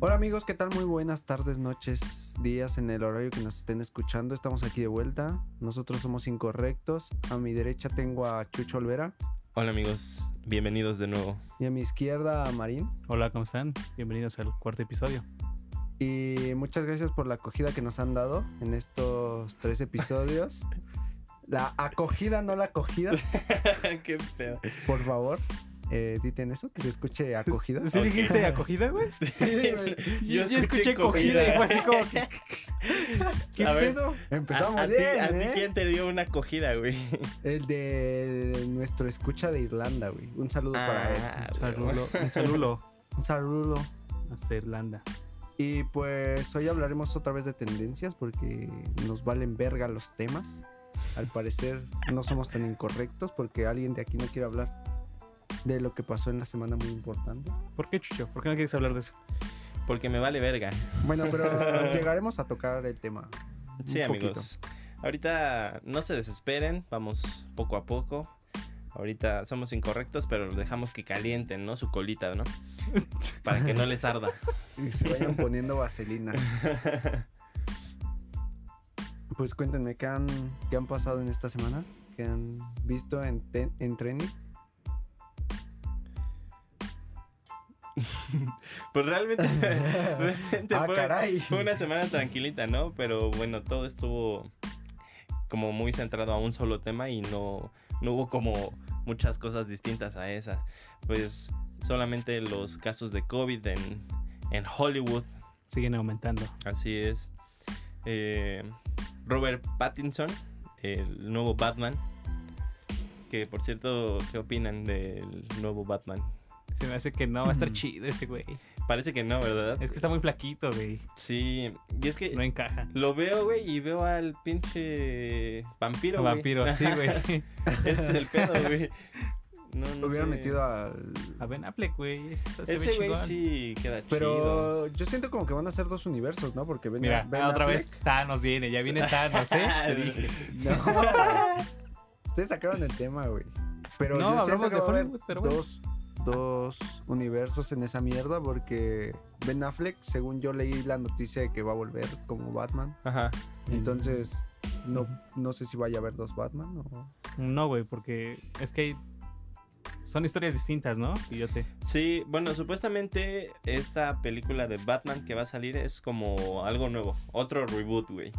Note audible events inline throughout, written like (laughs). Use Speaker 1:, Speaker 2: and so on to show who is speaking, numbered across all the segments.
Speaker 1: Hola amigos, ¿qué tal? Muy buenas tardes, noches, días en el horario que nos estén escuchando. Estamos aquí de vuelta. Nosotros somos incorrectos. A mi derecha tengo a Chucho Olvera
Speaker 2: Hola amigos, bienvenidos de nuevo.
Speaker 1: y a mi izquierda a Marín.
Speaker 3: Hola, ¿cómo están? Bienvenidos al cuarto episodio.
Speaker 1: Y muchas gracias por la acogida que nos han dado en estos tres
Speaker 2: (laughs)
Speaker 1: episodios. La acogida, no la acogida,
Speaker 2: (laughs) Qué pedo.
Speaker 1: por favor. Eh, editen eso, que se escuche acogida.
Speaker 3: ¿Sí
Speaker 2: Ok.
Speaker 3: dijiste acogida, güey?
Speaker 1: Sí, güey.
Speaker 2: (laughs) Yo
Speaker 3: ya
Speaker 2: escuché
Speaker 3: acogida
Speaker 2: cogida.
Speaker 3: y fue así
Speaker 2: (laughs)
Speaker 3: como que, ¿qué
Speaker 2: A ver.
Speaker 3: pedo?
Speaker 1: Empezamos
Speaker 2: a, a ti-
Speaker 1: bien,
Speaker 2: a ti
Speaker 1: ¿eh?
Speaker 2: quién te dio una cogida, güey?
Speaker 1: El de nuestro escucha de Irlanda, güey. Un saludo para él.
Speaker 2: Ah,
Speaker 3: Un
Speaker 2: güey.
Speaker 3: saludo,
Speaker 2: (laughs)
Speaker 3: un saludo
Speaker 1: Un saludo.
Speaker 3: hasta Irlanda.
Speaker 1: Y pues hoy hablaremos otra vez de tendencias porque nos valen verga los temas. Al parecer no somos tan incorrectos porque alguien de aquí no quiere hablar de lo que pasó en la semana muy importante.
Speaker 3: ¿Por qué, Chucho? ¿Por qué no quieres hablar de eso?
Speaker 2: Porque me vale verga.
Speaker 1: Bueno, pero llegaremos a tocar el tema.
Speaker 2: Sí,
Speaker 1: Un poquito.
Speaker 2: amigos. Ahorita no se desesperen, vamos poco a poco. Ahorita somos incorrectos, pero dejamos que calienten, ¿no? Su
Speaker 1: (laughs)
Speaker 2: colita, ¿no? Para que no les arda.
Speaker 1: Y se vayan poniendo vaselina. Pues cuéntenme, ¿qué han, qué han pasado en esta semana? ¿Qué han visto en, te- en trending?
Speaker 2: Pues realmente, realmente
Speaker 1: Ah,
Speaker 2: fue,
Speaker 1: caray.
Speaker 2: fue una semana tranquilita, ¿no? Pero bueno, todo estuvo como muy centrado a un solo tema y no, no hubo como muchas cosas distintas a esas. Pues solamente los casos de COVID en, en Hollywood,
Speaker 3: Siguen aumentando.
Speaker 2: así es. Eh, Robert Pattinson, el nuevo Batman. Que por cierto, ¿qué opinan del nuevo Batman?
Speaker 3: Se me hace que no va a estar
Speaker 1: Mm.
Speaker 3: chido ese güey.
Speaker 2: Parece que no, ¿verdad?
Speaker 3: Es que está muy flaquito, güey.
Speaker 2: Sí, y es que
Speaker 3: No encaja.
Speaker 2: Lo veo, güey, y veo al pinche vampiro, güey.
Speaker 3: Vampiro,
Speaker 2: (laughs)
Speaker 3: sí, güey.
Speaker 2: Ese es el pedo,
Speaker 3: (laughs)
Speaker 2: güey. No, no
Speaker 1: Hubieran
Speaker 2: sé.
Speaker 1: metido al...
Speaker 3: A Ben Affleck, güey. Ese se ve
Speaker 2: Ese güey
Speaker 3: chingón.
Speaker 2: sí queda (laughs) chido.
Speaker 1: Pero yo siento como que van a ser dos universos, ¿no? Porque Ben,
Speaker 3: Mira,
Speaker 1: Ben
Speaker 3: ah, otra
Speaker 1: Affleck-
Speaker 3: vez Thanos viene,
Speaker 2: (laughs)
Speaker 3: ya viene Thanos, ¿eh?
Speaker 2: Ah,
Speaker 3: Te dije.
Speaker 1: (laughs) No. Ustedes sacaron el tema, güey. Pero
Speaker 3: No,
Speaker 1: yo siento
Speaker 3: hablamos
Speaker 1: que
Speaker 3: de
Speaker 1: va a haber
Speaker 3: Hollywood, pero bueno.
Speaker 1: dos, dos universos en esa mierda porque Ben Affleck, según yo leí la noticia de que va a volver como Batman,
Speaker 2: Ajá.
Speaker 1: entonces no, no sé si vaya a haber dos Batman
Speaker 3: (laughs)
Speaker 1: o...
Speaker 3: No, güey, porque es que hay- son historias distintas, ¿no? Y yo sé.
Speaker 2: Sí, bueno, supuestamente esta película de Batman que va a salir es como algo nuevo. Otro reboot, güey.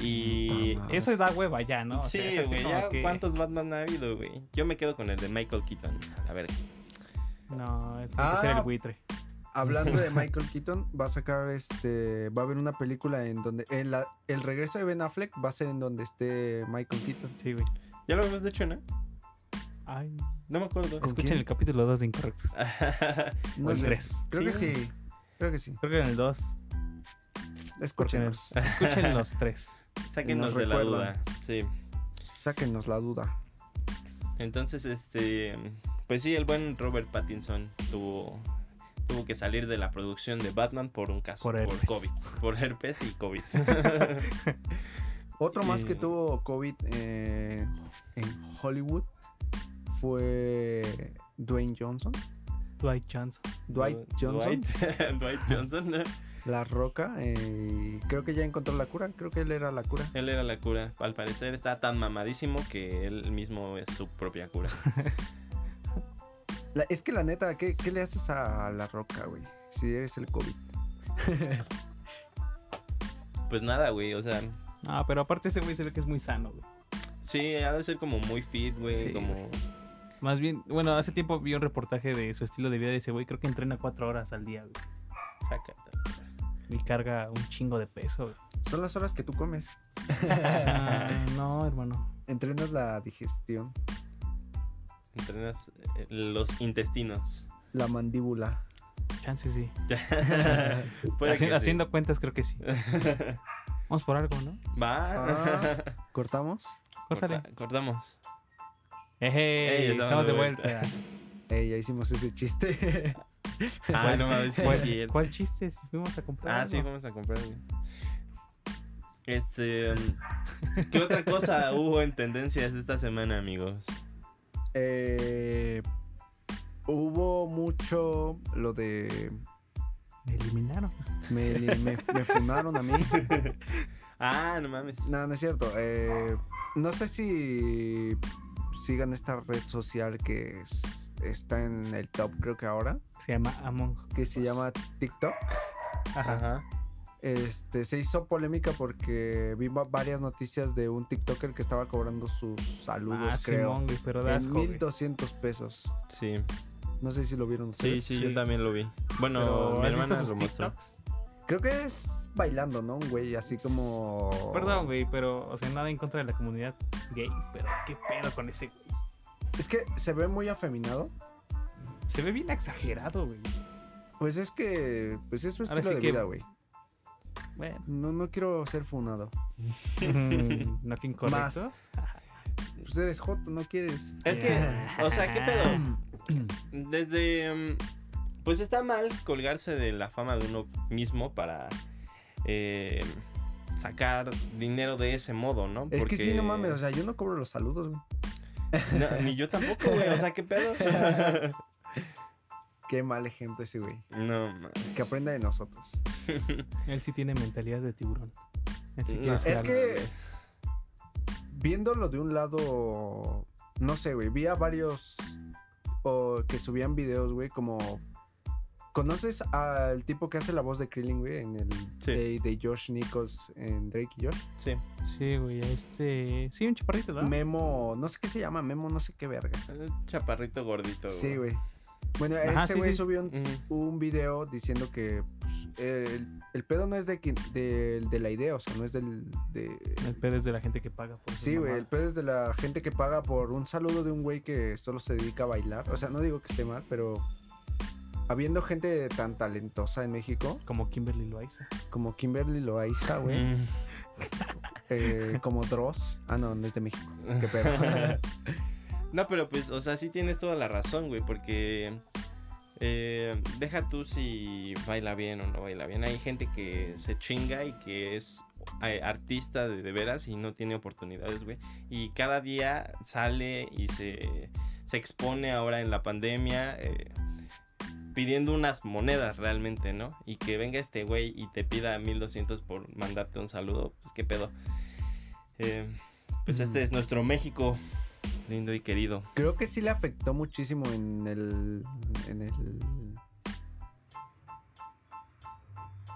Speaker 2: Y...
Speaker 1: Puta madre.
Speaker 3: Eso da hueva ya, ¿no? O
Speaker 2: Sí,
Speaker 3: sea, así
Speaker 2: güey,
Speaker 3: como
Speaker 2: ya
Speaker 3: que-
Speaker 2: cuántos Batman ha habido, güey. Yo me quedo con el de Michael Keaton, a ver.
Speaker 3: No, tiene
Speaker 1: Ah.
Speaker 3: que ser el buitre.
Speaker 1: Hablando de Michael Keaton, va a sacar este, va a haber una película en donde en la- el regreso de Ben Affleck va a ser en donde esté Michael Keaton.
Speaker 3: Sí, güey.
Speaker 2: Ya lo habíamos dicho, ¿no?
Speaker 3: Ay.
Speaker 2: No me acuerdo.
Speaker 1: ¿Con
Speaker 3: Escuchen
Speaker 1: quién?
Speaker 3: el capítulo 2 de Incorrectos.
Speaker 1: No
Speaker 3: o el
Speaker 1: sé.
Speaker 3: 3.
Speaker 1: Creo que
Speaker 2: Sí.
Speaker 1: sí, creo que sí.
Speaker 3: Creo que en el 2.
Speaker 1: Escúchenos.
Speaker 3: Escuchen los 3.
Speaker 2: (laughs) Sáquenos
Speaker 1: Nos
Speaker 2: de la
Speaker 1: recuerdan.
Speaker 2: duda. Sí. (laughs)
Speaker 1: Sáquenos la duda.
Speaker 2: Entonces, este, pues sí, el buen Robert Pattinson tuvo, tuvo que salir de la producción de Batman por un caso,
Speaker 3: Por
Speaker 2: por,
Speaker 3: herpes.
Speaker 2: COVID, por herpes y COVID. (laughs)
Speaker 1: Otro más que
Speaker 2: Y-
Speaker 1: tuvo COVID eh, en Hollywood fue Dwayne Johnson.
Speaker 3: (laughs) (laughs) Dwight Johnson.
Speaker 1: Dwight Johnson,
Speaker 2: Dwight, (laughs) Dwight Johnson.
Speaker 1: La Roca. eh, creo que ya encontró la cura. Creo que él era la cura.
Speaker 2: Él era la cura. Al parecer está tan mamadísimo que él mismo es su propia cura.
Speaker 1: La- es que la neta, ¿qué, qué le haces a La Roca, güey? Si eres el COVID.
Speaker 2: Pues nada, güey, o sea,
Speaker 3: No, pero aparte ese güey se ve que es muy sano, güey.
Speaker 2: sí, ha de ser como muy fit, güey,
Speaker 3: Sí,
Speaker 2: como...
Speaker 3: Más bien, bueno, hace tiempo vi un reportaje de su estilo de vida de ese güey. Creo que entrena 4 horas al día, güey.
Speaker 2: Sácate.
Speaker 3: Y carga un chingo de
Speaker 2: (laughs)
Speaker 3: peso, güey.
Speaker 1: Son las horas que tú comes.
Speaker 3: Ah, no, hermano.
Speaker 1: Entrenas la digestión,
Speaker 2: Entrenas eh, los
Speaker 3: (laughs)
Speaker 2: intestinos. (laughs)
Speaker 1: la mandíbula.
Speaker 3: Chance sí.
Speaker 2: Puede
Speaker 3: Haci-
Speaker 2: que sí.
Speaker 3: Haciendo cuentas, creo que sí. Vamos por algo, ¿no?
Speaker 2: (laughs) Va.
Speaker 1: Ah. ¿Cortamos?
Speaker 3: Córtale.
Speaker 2: Corta-
Speaker 3: (laughs)
Speaker 2: cortamos.
Speaker 3: Ey,
Speaker 2: Ey,
Speaker 3: estamos de vuelta.
Speaker 1: Eh, ya hicimos ese chiste. (laughs)
Speaker 2: Ah, no mames, sí,
Speaker 3: ¿Cuál,
Speaker 2: es cierto.
Speaker 3: cuál chiste? Si fuimos a comprar.
Speaker 2: Ah, sí,
Speaker 3: algo.
Speaker 2: vamos a comprar, güey. Este. mm, ¿Qué otra
Speaker 3: (laughs)
Speaker 2: cosa hubo en tendencias esta semana, amigos?
Speaker 1: Eh, hubo mucho lo de
Speaker 3: Me eliminaron.
Speaker 1: Me, me, me funaron a mí.
Speaker 2: Ah, no mames.
Speaker 1: No, no es cierto. Eh, no sé si sigan esta red social que es- está en el top, creo que ahora,
Speaker 3: Se llama Among.
Speaker 1: que se llama TikTok.
Speaker 3: Ajá.
Speaker 2: Ajá.
Speaker 1: Este, se hizo polémica porque vi va- varias noticias de un TikToker que estaba cobrando sus saludos,
Speaker 3: Ah,
Speaker 1: creo.
Speaker 3: Simón, güey, pero da
Speaker 1: En
Speaker 3: asco, güey.
Speaker 1: 1200 pesos.
Speaker 2: Sí.
Speaker 1: No sé si lo vieron
Speaker 2: Sí,
Speaker 1: ustedes.
Speaker 2: sí, yo
Speaker 3: Sí.
Speaker 2: también lo vi. Bueno,
Speaker 3: Pero,
Speaker 2: mi
Speaker 3: ¿has visto
Speaker 2: hermana
Speaker 3: sus
Speaker 2: lo mostró.
Speaker 3: TikToks?
Speaker 1: Creo que es bailando, ¿no? Un güey así como.
Speaker 3: Perdón, güey, pero, o sea, nada en contra de la comunidad gay, pero qué pedo con ese, güey.
Speaker 1: Es que se ve muy afeminado.
Speaker 3: Se ve bien exagerado, güey.
Speaker 1: Pues es que. Pues es su
Speaker 3: Ahora
Speaker 1: estilo
Speaker 3: sí
Speaker 1: de
Speaker 3: que-
Speaker 1: vida, güey.
Speaker 3: Bueno,
Speaker 1: No, no quiero ser funado.
Speaker 3: (laughs) no que incorrectos.
Speaker 1: Pues eres joto, no quieres.
Speaker 2: Es que, o sea, ¿qué pedo?
Speaker 3: (clears throat)
Speaker 2: Desde. mm, Pues está mal colgarse de la fama de uno mismo para eh, sacar dinero de ese modo, ¿no?
Speaker 1: Es
Speaker 2: Porque-
Speaker 1: que sí, no mames. O sea, yo no cobro los saludos, güey.
Speaker 2: (laughs) No, ni yo tampoco, güey. O sea, ¿qué pedo?
Speaker 1: Qué mal ejemplo ese, güey.
Speaker 2: (laughs) no, mames.
Speaker 1: Que aprenda de nosotros.
Speaker 3: Él sí tiene mentalidad de tiburón. Él sí
Speaker 2: No,
Speaker 3: quiere ser
Speaker 1: Es
Speaker 3: algo.
Speaker 1: que-
Speaker 2: güey.
Speaker 1: viéndolo de un lado, no sé, güey, vi a varios o que subían videos, güey, como ¿Conoces al tipo que hace la voz de Krillin, güey, en el
Speaker 2: Sí.
Speaker 1: de, de Josh Nichols en Drake y Josh?
Speaker 2: Sí.
Speaker 3: Sí, güey, a este... Sí, un chaparrito, ¿verdad?
Speaker 1: Memo, no sé qué se llama, Memo, no sé qué verga.
Speaker 2: Un Chaparrito gordito, güey.
Speaker 1: Sí, güey. Bueno,
Speaker 3: Ajá,
Speaker 1: ese
Speaker 3: sí,
Speaker 1: güey
Speaker 3: sí.
Speaker 1: subió un,
Speaker 2: Ujú.
Speaker 1: un video diciendo que pues, el, el pedo no es de, quien- del- de la idea, o sea, no es del, de,
Speaker 3: El pedo es de la gente que paga por sus
Speaker 1: Sí, güey, el
Speaker 3: mamadas.
Speaker 1: pedo es de la gente que paga por un saludo de un güey que solo se dedica a bailar. O sea, no digo que esté mal, pero habiendo gente tan talentosa en México,
Speaker 3: Como Kimberly Loaiza.
Speaker 1: como Kimberly Loaiza, güey,
Speaker 2: Mm.
Speaker 1: eh, como Dross. Ah, no, no es de México.
Speaker 3: (laughs)
Speaker 1: Qué pedo.
Speaker 2: no, pero pues, o sea, sí tienes toda la razón, güey, porque eh, deja tú si baila bien o no baila bien. Hay gente que se chinga y que es eh, artista de, de veras y no tiene oportunidades, güey. Y cada día sale y se, se expone ahora en la pandemia. eh, Pidiendo unas monedas realmente, ¿no? Y que venga este güey y te pida 1200 por mandarte un saludo, pues qué pedo. Eh, pues
Speaker 1: Mm.
Speaker 2: este es nuestro México, lindo y querido.
Speaker 1: Creo que sí le afectó muchísimo en el. En el.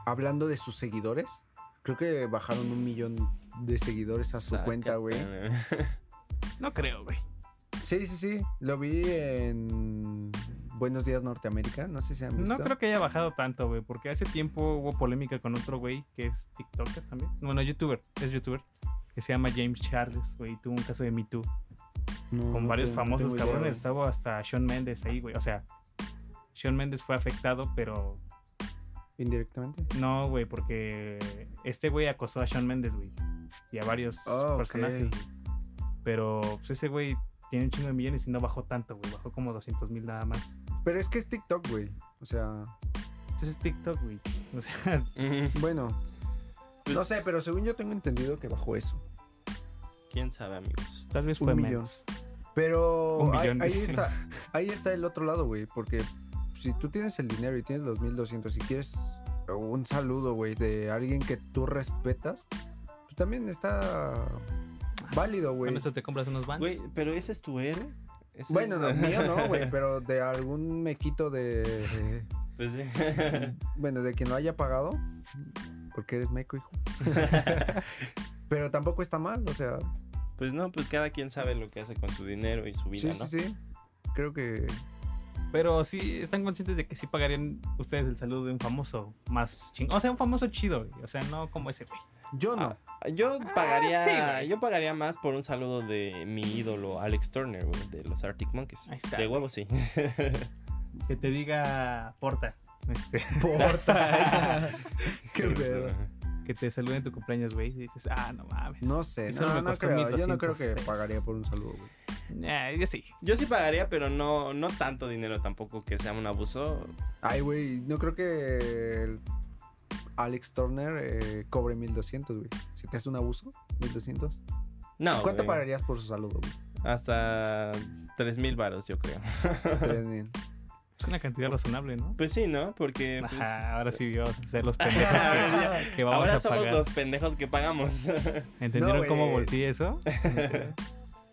Speaker 1: Hablando de sus seguidores. Creo que bajaron un millón de seguidores a su cuenta,
Speaker 2: (laughs)
Speaker 1: güey.
Speaker 3: No creo, güey.
Speaker 1: Sí, sí, sí. Lo vi en Buenos Días Norteamérica. No sé si han visto.
Speaker 3: No creo que haya bajado tanto, güey, porque hace tiempo hubo polémica con otro güey que es TikToker también. Bueno, youtuber, es youtuber, que se llama James Charles, güey, y tuvo un caso de Me Too
Speaker 1: No,
Speaker 3: con
Speaker 1: no
Speaker 3: varios
Speaker 1: tengo- no
Speaker 3: famosos
Speaker 1: tengo idea,
Speaker 3: cabrones.
Speaker 1: güey.
Speaker 3: Estaba hasta Sean Mendes ahí, güey. O sea, Sean Mendes fue afectado, pero
Speaker 1: Indirectamente.
Speaker 3: no, güey, porque este güey acosó a Sean Mendes, güey, y a varios
Speaker 1: Ah, ok.
Speaker 3: personajes. güey. Pero pues, ese güey tiene un chingo de millones y no bajó tanto, güey, bajó como 200 mil nada más.
Speaker 1: Pero es que es TikTok, güey. O sea,
Speaker 3: Entonces es TikTok, güey. O sea, (laughs)
Speaker 2: Pues
Speaker 1: bueno, no sé, pero según yo tengo entendido que bajó eso.
Speaker 2: ¿Quién sabe, amigos?
Speaker 3: tal vez
Speaker 1: Un
Speaker 3: fue
Speaker 1: millón.
Speaker 3: menos.
Speaker 1: Pero
Speaker 3: Un
Speaker 1: ahí,
Speaker 3: millón,
Speaker 1: ahí
Speaker 3: dice.
Speaker 1: está,
Speaker 3: (laughs)
Speaker 1: ahí está el otro lado, güey. Porque si tú tienes el dinero y tienes los 1200 y quieres un saludo, güey, de alguien que tú respetas, pues también está válido, güey.
Speaker 3: Con eso te compras unos vans.
Speaker 2: Güey, pero ese es tu héroe. ¿Ese
Speaker 1: Bueno,
Speaker 2: es-
Speaker 1: no, mío no,
Speaker 3: (laughs)
Speaker 1: güey, pero de algún mequito de.
Speaker 2: (laughs) Pues sí.
Speaker 1: (laughs) Bueno, de quien lo haya pagado, porque eres meco,
Speaker 3: (laughs)
Speaker 1: hijo. Pero tampoco está mal, o sea.
Speaker 2: pues no, pues cada quien sabe lo que hace con su dinero y su vida,
Speaker 1: sí,
Speaker 2: ¿no?
Speaker 1: sí, sí. Creo que.
Speaker 3: Pero sí, están conscientes de que sí pagarían ustedes el saludo de un famoso más chingón. O sea, un famoso chido, güey. O sea, no como ese, güey.
Speaker 1: Yo no.
Speaker 2: Ah, yo
Speaker 3: Ah, (laughs)
Speaker 2: pagaría,
Speaker 3: sí, güey.
Speaker 2: yo pagaría más por un saludo de mi ídolo Alex Turner, güey, de los Arctic Monkeys.
Speaker 3: Ahí está.
Speaker 2: De huevo,
Speaker 3: (laughs)
Speaker 2: sí. (laughs)
Speaker 3: Que te diga porta. Este, (laughs)
Speaker 1: Porta. Qué pedo.
Speaker 3: que te salude en tu cumpleaños, güey. Y dices, ah, no mames.
Speaker 1: No sé,
Speaker 3: Eso
Speaker 1: no,
Speaker 3: me
Speaker 1: no
Speaker 3: costó
Speaker 1: creo. Yo no
Speaker 3: 1200
Speaker 1: creo que
Speaker 3: pesos.
Speaker 1: pagaría por un saludo, güey.
Speaker 3: Nah, yo Eh, sí.
Speaker 2: Yo sí pagaría, pero no, no tanto dinero tampoco que sea un abuso.
Speaker 1: Ay, güey, no creo que el Alex Turner eh, cobre 1200, güey. Si te hace un abuso, 1200.
Speaker 3: Ah,
Speaker 2: No.
Speaker 1: ¿Cuánto
Speaker 2: güey.
Speaker 1: pagarías por su saludo, güey?
Speaker 2: Hasta 3000 varos, yo creo.
Speaker 3: (laughs)
Speaker 1: Tres mil.
Speaker 3: es una cantidad razonable, ¿no?
Speaker 2: Pues sí, ¿no? Porque pues,
Speaker 3: Ajá, ahora sí vamos a
Speaker 1: (laughs)
Speaker 3: ser los pendejos que, que vamos
Speaker 2: ahora
Speaker 3: a
Speaker 2: somos
Speaker 3: pagar.
Speaker 2: los pendejos que pagamos. (laughs)
Speaker 3: ¿Entendieron
Speaker 1: No,
Speaker 3: cómo
Speaker 1: güey. (laughs)
Speaker 3: volteé eso?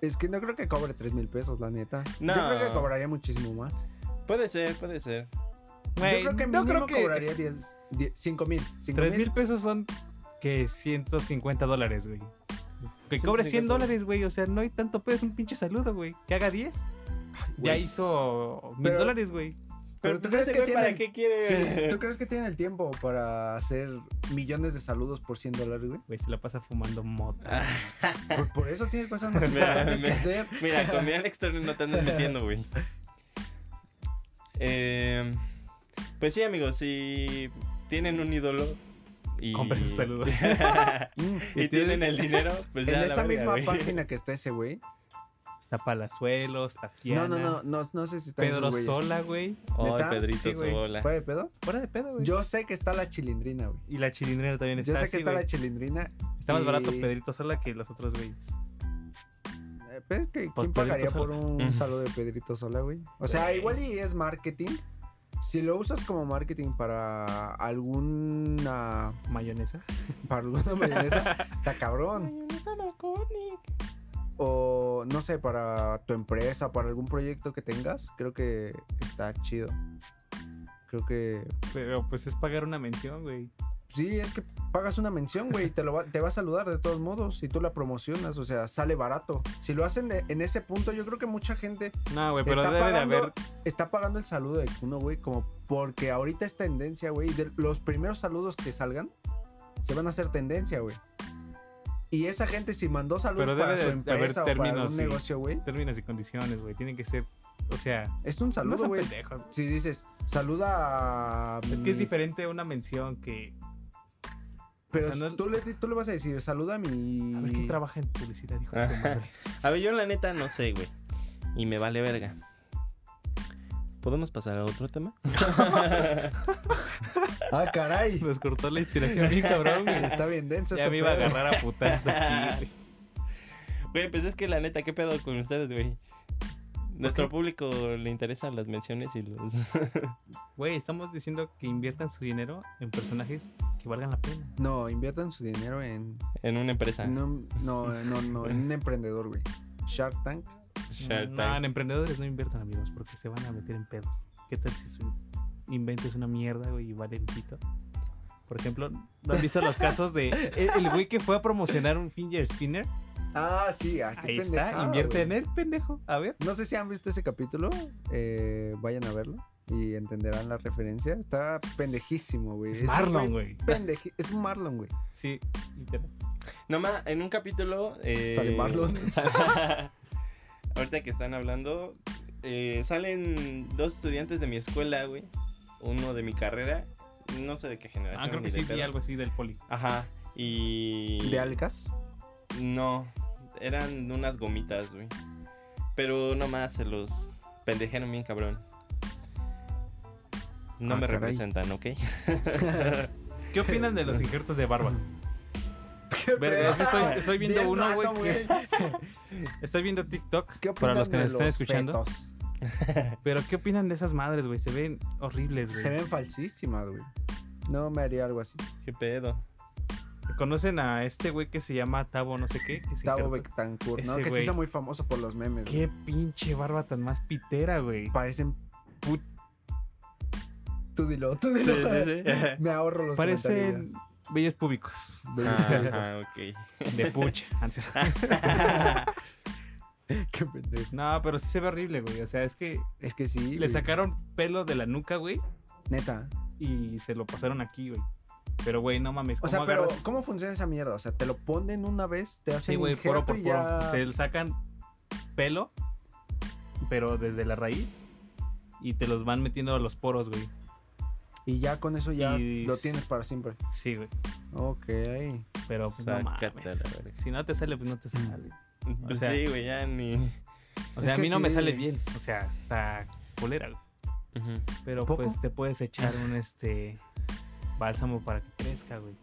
Speaker 1: Es que no creo que cobre 3 mil pesos, la neta.
Speaker 2: No.
Speaker 1: Yo creo que cobraría muchísimo más.
Speaker 2: puede ser, puede ser.
Speaker 3: Güey,
Speaker 1: Yo creo que
Speaker 3: no
Speaker 1: mínimo
Speaker 3: creo que
Speaker 1: cobraría 10, 5 mil. 5
Speaker 3: 3 mil
Speaker 1: mil.
Speaker 3: pesos son que 150 dólares, güey. Que
Speaker 2: 150
Speaker 3: cobre 100
Speaker 2: dólares.
Speaker 3: dólares, güey. O sea, no hay tanto pedo, es un pinche saludo, güey. Que haga 10. Ya
Speaker 1: güey.
Speaker 3: hizo mil
Speaker 1: Pero-
Speaker 3: dólares, güey.
Speaker 1: Pero
Speaker 2: Pero,
Speaker 1: tú
Speaker 2: pues
Speaker 1: crees
Speaker 2: ese
Speaker 1: que
Speaker 2: güey, ¿para
Speaker 1: tienen-
Speaker 2: qué quiere?
Speaker 1: Sí, ¿Tú crees que tienen el tiempo para hacer millones de saludos por 100 dólares, güey?
Speaker 3: Güey, se la pasa fumando mota.
Speaker 1: Ah. Por, por eso tienes cosas
Speaker 3: (laughs)
Speaker 1: más
Speaker 2: Me-
Speaker 1: importantes que
Speaker 2: me-
Speaker 1: hacer.
Speaker 2: (laughs) Mira, con mi Alex Turner no te andas metiendo, güey. Eh, pues sí, amigos, si tienen un ídolo (laughs) y.
Speaker 3: Compren sus saludos.
Speaker 1: Mm.
Speaker 2: y tienen el dinero, pues ya.
Speaker 1: en
Speaker 2: la
Speaker 1: esa
Speaker 2: verga,
Speaker 1: misma
Speaker 2: güey.
Speaker 1: página que está ese güey.
Speaker 3: Está Palazuelos, está
Speaker 1: No,
Speaker 3: Tiana,
Speaker 1: no, no, no, no sé si está
Speaker 3: Pedro
Speaker 1: esos güeyes.
Speaker 3: Sola, güey.
Speaker 2: (laughs) Ay,
Speaker 1: ¿Neta?
Speaker 2: Pedrito,
Speaker 3: Sí, güey.
Speaker 2: Sola.
Speaker 1: ¿Fuera de pedo?
Speaker 3: Fuera de pedo, güey.
Speaker 1: Yo sé que está la chilindrina, güey.
Speaker 3: Y la chilindrina también está
Speaker 1: Yo sé
Speaker 3: así,
Speaker 1: que está
Speaker 3: güey.
Speaker 1: la chilindrina.
Speaker 3: Está más
Speaker 1: y-
Speaker 3: barato Pedrito Sola que los otros güeyes.
Speaker 1: Eh, pero es que,
Speaker 3: Por
Speaker 1: ¿Quién pagaría
Speaker 3: Pedrito
Speaker 1: por
Speaker 3: Sola.
Speaker 1: un
Speaker 2: Pues Ujú.
Speaker 1: saludo de Pedrito Sola, güey? O sea,
Speaker 2: Güey.
Speaker 1: igual y es marketing. Si lo usas como marketing para alguna.
Speaker 3: Mayonesa.
Speaker 1: para alguna (laughs) mayonesa, está cabrón.
Speaker 2: Mayonesa Laconic.
Speaker 1: O no sé, para tu empresa, para algún proyecto que tengas, creo que está chido. Creo que.
Speaker 3: Pero pues es pagar una mención, güey.
Speaker 1: Sí, es que pagas una mención, güey, y te, lo va, te va a saludar de todos modos si tú la promocionas, o sea, sale barato. Si lo hacen de- en ese punto, yo creo que mucha gente
Speaker 3: No, güey, pero
Speaker 1: está
Speaker 3: debe
Speaker 1: pagando,
Speaker 3: de haber.
Speaker 1: está pagando el saludo de Kuno, güey, como porque ahorita es tendencia, güey. y de Los primeros saludos que salgan se van a hacer tendencia, güey. Y esa gente si mandó saludos
Speaker 3: Pero debe
Speaker 1: para
Speaker 3: de
Speaker 1: su
Speaker 3: haber
Speaker 1: empresa o para
Speaker 3: términos,
Speaker 1: algún
Speaker 3: sí.
Speaker 1: negocio, güey,
Speaker 3: Términos y condiciones, güey. Tienen que ser. O sea,
Speaker 1: es un
Speaker 3: no
Speaker 1: saludo,
Speaker 3: sean
Speaker 1: güey.
Speaker 3: pendejos.
Speaker 1: si dices, saluda a...
Speaker 3: Es que es
Speaker 1: mi-
Speaker 3: diferente una mención que.
Speaker 1: Pero
Speaker 3: o sea, no-
Speaker 1: tú, le, tú le vas a decir, saluda a mi...
Speaker 3: A ver quién trabaja en publicidad,
Speaker 1: Ah.
Speaker 3: hijo de tu madre.
Speaker 2: A ver, yo la neta no sé, güey. Y me vale verga. ¿Podemos pasar a otro tema?
Speaker 1: Ah, caray.
Speaker 3: Nos cortó la inspiración, bien
Speaker 1: (laughs)
Speaker 3: cabrón, güey.
Speaker 1: Está bien denso
Speaker 3: Ya
Speaker 1: este
Speaker 3: me iba a
Speaker 1: pedo.
Speaker 3: agarrar a
Speaker 1: (laughs)
Speaker 3: putas aquí, güey.
Speaker 2: Güey, pues es que la neta, ¿qué pedo con ustedes, güey? Nuestro público le interesan las menciones y los... (laughs)
Speaker 3: Güey, estamos diciendo que inviertan su dinero en personajes que valgan la pena.
Speaker 1: No, inviertan su dinero en.
Speaker 2: en una
Speaker 3: Ah.
Speaker 2: empresa.
Speaker 1: en un- no, no, no, en un emprendedor, güey. Shark Tank.
Speaker 2: Shark
Speaker 3: No, en
Speaker 2: Tank.
Speaker 3: emprendedores no inviertan, amigos, porque se van a meter en pedos. ¿Qué tal si su invento es una mierda, güey, y vale un pito? Por ejemplo, ¿no han visto los casos de el el güey que fue a promocionar un finger spinner?
Speaker 1: Ah, sí, ah, qué
Speaker 3: Ahí está,
Speaker 1: pendejada,
Speaker 3: invierte
Speaker 1: güey.
Speaker 3: en él, pendejo. A ver.
Speaker 1: No sé si han visto ese capítulo. eh, vayan a verlo y entenderán la referencia. Está pendejísimo, güey.
Speaker 3: Es
Speaker 1: Ese
Speaker 3: Marlon, güey.
Speaker 1: pendeji- es un Marlon, güey.
Speaker 3: Sí, literal.
Speaker 2: Nomás, en un capítulo... eh,
Speaker 1: Sale
Speaker 2: (laughs)
Speaker 1: Marlon.
Speaker 2: sal- Ahorita que están hablando, eh, salen dos estudiantes de mi escuela, güey. Uno de mi carrera. No sé de qué generación.
Speaker 3: Ah, creo
Speaker 2: ni
Speaker 3: que
Speaker 2: de
Speaker 3: sí
Speaker 2: qué
Speaker 3: vi
Speaker 2: edad.
Speaker 3: algo así del poli.
Speaker 2: Ajá. Y...
Speaker 1: De Alcas.
Speaker 2: No, eran unas gomitas, güey. Pero nomás se los pendejearon bien cabrón. No
Speaker 1: Ah,
Speaker 2: me
Speaker 1: caray.
Speaker 2: representan, ¿ok? (laughs)
Speaker 3: ¿Qué opinan de los injertos de barba? (laughs) Verga,
Speaker 1: pedo?
Speaker 3: es que estoy, estoy viendo
Speaker 1: Bien
Speaker 3: uno, güey.
Speaker 1: raro,
Speaker 3: que- Estoy viendo TikTok
Speaker 1: ¿Qué
Speaker 3: para
Speaker 1: opinan
Speaker 3: los que
Speaker 1: de
Speaker 3: nos están
Speaker 1: los
Speaker 3: escuchando.
Speaker 1: fetos?
Speaker 3: Pero ¿qué opinan de esas madres, güey? Se ven horribles, güey.
Speaker 1: Se ven falsísimas, güey. No me haría algo así.
Speaker 2: ¿Qué pedo?
Speaker 3: ¿Conocen a este güey que se llama Tavo no sé qué? Que se
Speaker 1: Tavo
Speaker 3: injertó?
Speaker 1: Bectancourt, ¿no?
Speaker 3: Ese
Speaker 1: Que se
Speaker 3: güey.
Speaker 1: hizo muy famoso por los memes. güey.
Speaker 3: Qué pinche barba tan más pitera, güey.
Speaker 1: Parecen
Speaker 3: Put-
Speaker 1: Tú dilo, tú
Speaker 2: Sí,
Speaker 1: dilo.
Speaker 2: sí, sí.
Speaker 1: (laughs) Me ahorro los
Speaker 3: Parecen bellos públicos.
Speaker 2: (laughs) Ajá, ok.
Speaker 3: De pucha. Ah, no es cierto.
Speaker 1: (laughs) Qué pendejo.
Speaker 3: No, pero sí se ve horrible, güey. O sea, es que
Speaker 1: Es que sí.
Speaker 3: le
Speaker 1: güey.
Speaker 3: sacaron pelo de la nuca, güey.
Speaker 1: Neta.
Speaker 3: Y se lo pasaron aquí, güey. Pero, güey, no mames.
Speaker 1: O
Speaker 3: ¿cómo
Speaker 1: sea, pero
Speaker 3: agarras?
Speaker 1: ¿cómo funciona esa mierda? O sea, te lo ponen una vez, te hacen
Speaker 3: Sí, güey, poro
Speaker 1: injerto
Speaker 3: por
Speaker 1: y
Speaker 3: poro.
Speaker 1: ya...
Speaker 3: Te sacan pelo, pero desde la raíz. Y te los van metiendo a los poros, güey.
Speaker 1: y ya con eso ya
Speaker 3: Y-
Speaker 1: lo tienes para siempre.
Speaker 3: Sí, güey.
Speaker 1: Ok.
Speaker 3: Pero pues, no
Speaker 2: Sácate a la
Speaker 3: mames.
Speaker 2: verga.
Speaker 3: Si no te sale, pues no te sale.
Speaker 2: Pues
Speaker 3: sea-
Speaker 2: sí, güey, ya ni...
Speaker 3: O
Speaker 1: Mm. Es
Speaker 3: sea, a
Speaker 1: que
Speaker 3: mí no me
Speaker 1: sí.
Speaker 3: sale bien. O sea, está colera, güey.
Speaker 2: Ujú.
Speaker 3: Pero
Speaker 1: ¿Poco?
Speaker 3: pues te puedes echar un este bálsamo para que crezca, güey.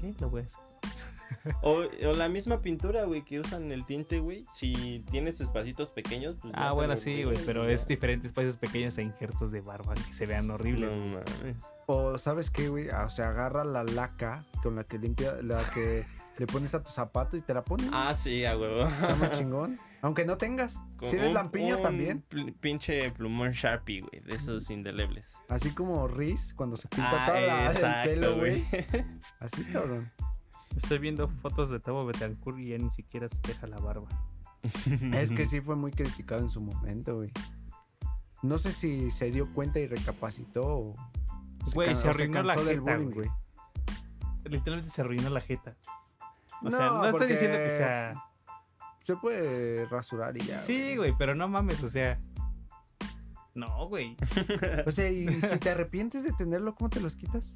Speaker 3: ¿Qué? Lo voy a hacer.
Speaker 2: O, o la misma pintura, güey, que usan el tinte, güey. Si tienes espacitos pequeños, pues.
Speaker 3: Ah,
Speaker 2: ya
Speaker 3: bueno,
Speaker 2: te lo
Speaker 3: sí,
Speaker 2: cubres,
Speaker 3: güey, pero
Speaker 2: ya.
Speaker 3: es diferente espacios pequeños e injertos de barba que se vean horribles.
Speaker 2: No
Speaker 3: güey.
Speaker 2: mames.
Speaker 1: O sabes qué, güey, Ah, o sea, agarra la laca con la que limpia, la que le pones a tu zapato y te la pones.
Speaker 2: Ah, sí, a huevo.
Speaker 1: Está
Speaker 2: (laughs)
Speaker 3: (laughs)
Speaker 1: más chingón. Aunque no tengas.
Speaker 2: Con
Speaker 1: si eres
Speaker 2: un-
Speaker 1: lampiño
Speaker 2: un
Speaker 1: también.
Speaker 2: pl- pinche plumón Sharpie, güey, de esos indelebles.
Speaker 1: Así como Riz cuando se pinta
Speaker 2: Ah,
Speaker 1: toda la-
Speaker 2: exacto,
Speaker 1: el pelo, güey. (laughs)
Speaker 2: güey.
Speaker 1: Así,
Speaker 3: (laughs)
Speaker 1: cabrón.
Speaker 3: Estoy viendo fotos de Tabo Betancourt y ya ni siquiera se deja la barba.
Speaker 1: Es que sí fue muy criticado en su momento, güey. No sé si se dio cuenta y recapacitó o
Speaker 3: Güey,
Speaker 1: can-
Speaker 3: se
Speaker 1: o
Speaker 3: arruinó la
Speaker 1: cansó del
Speaker 3: jeta,
Speaker 1: bullying,
Speaker 3: güey. Literalmente se arruinó la jeta. O
Speaker 1: No,
Speaker 3: sea, no estoy
Speaker 1: porque-
Speaker 3: diciendo que sea.
Speaker 1: Se puede rasurar y ya.
Speaker 3: Sí, güey, pero no mames, o sea. No, güey.
Speaker 1: O sea, y si te arrepientes de tenerlo, ¿cómo te los quitas?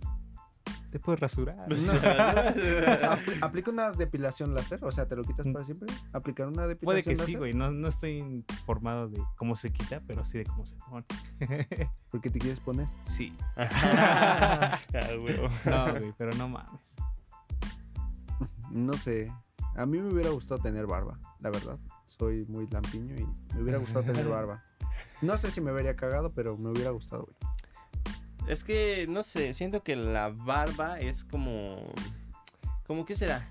Speaker 3: Te puedes rasurar.
Speaker 2: Pues,
Speaker 3: (laughs)
Speaker 1: No.
Speaker 2: no.
Speaker 1: Apl- ¿Aplica una depilación láser? O sea, ¿te lo quitas para siempre? ¿Aplicar una depilación
Speaker 3: Puede que
Speaker 1: láser?
Speaker 3: sí, güey. No, no estoy informado de cómo se quita, pero sí de cómo se
Speaker 1: (laughs)
Speaker 3: pone.
Speaker 1: Porque te quieres poner. (laughs)
Speaker 3: Sí.
Speaker 2: Ah, huevo.
Speaker 3: No, güey, pero no mames.
Speaker 1: No sé. A mí me hubiera gustado tener barba, la verdad. Soy muy lampiño y me hubiera gustado
Speaker 3: (laughs)
Speaker 1: tener barba. No sé si me vería cagado, pero me hubiera gustado, güey.
Speaker 2: Es que, no sé, siento que la barba es como... ¿Cómo qué será?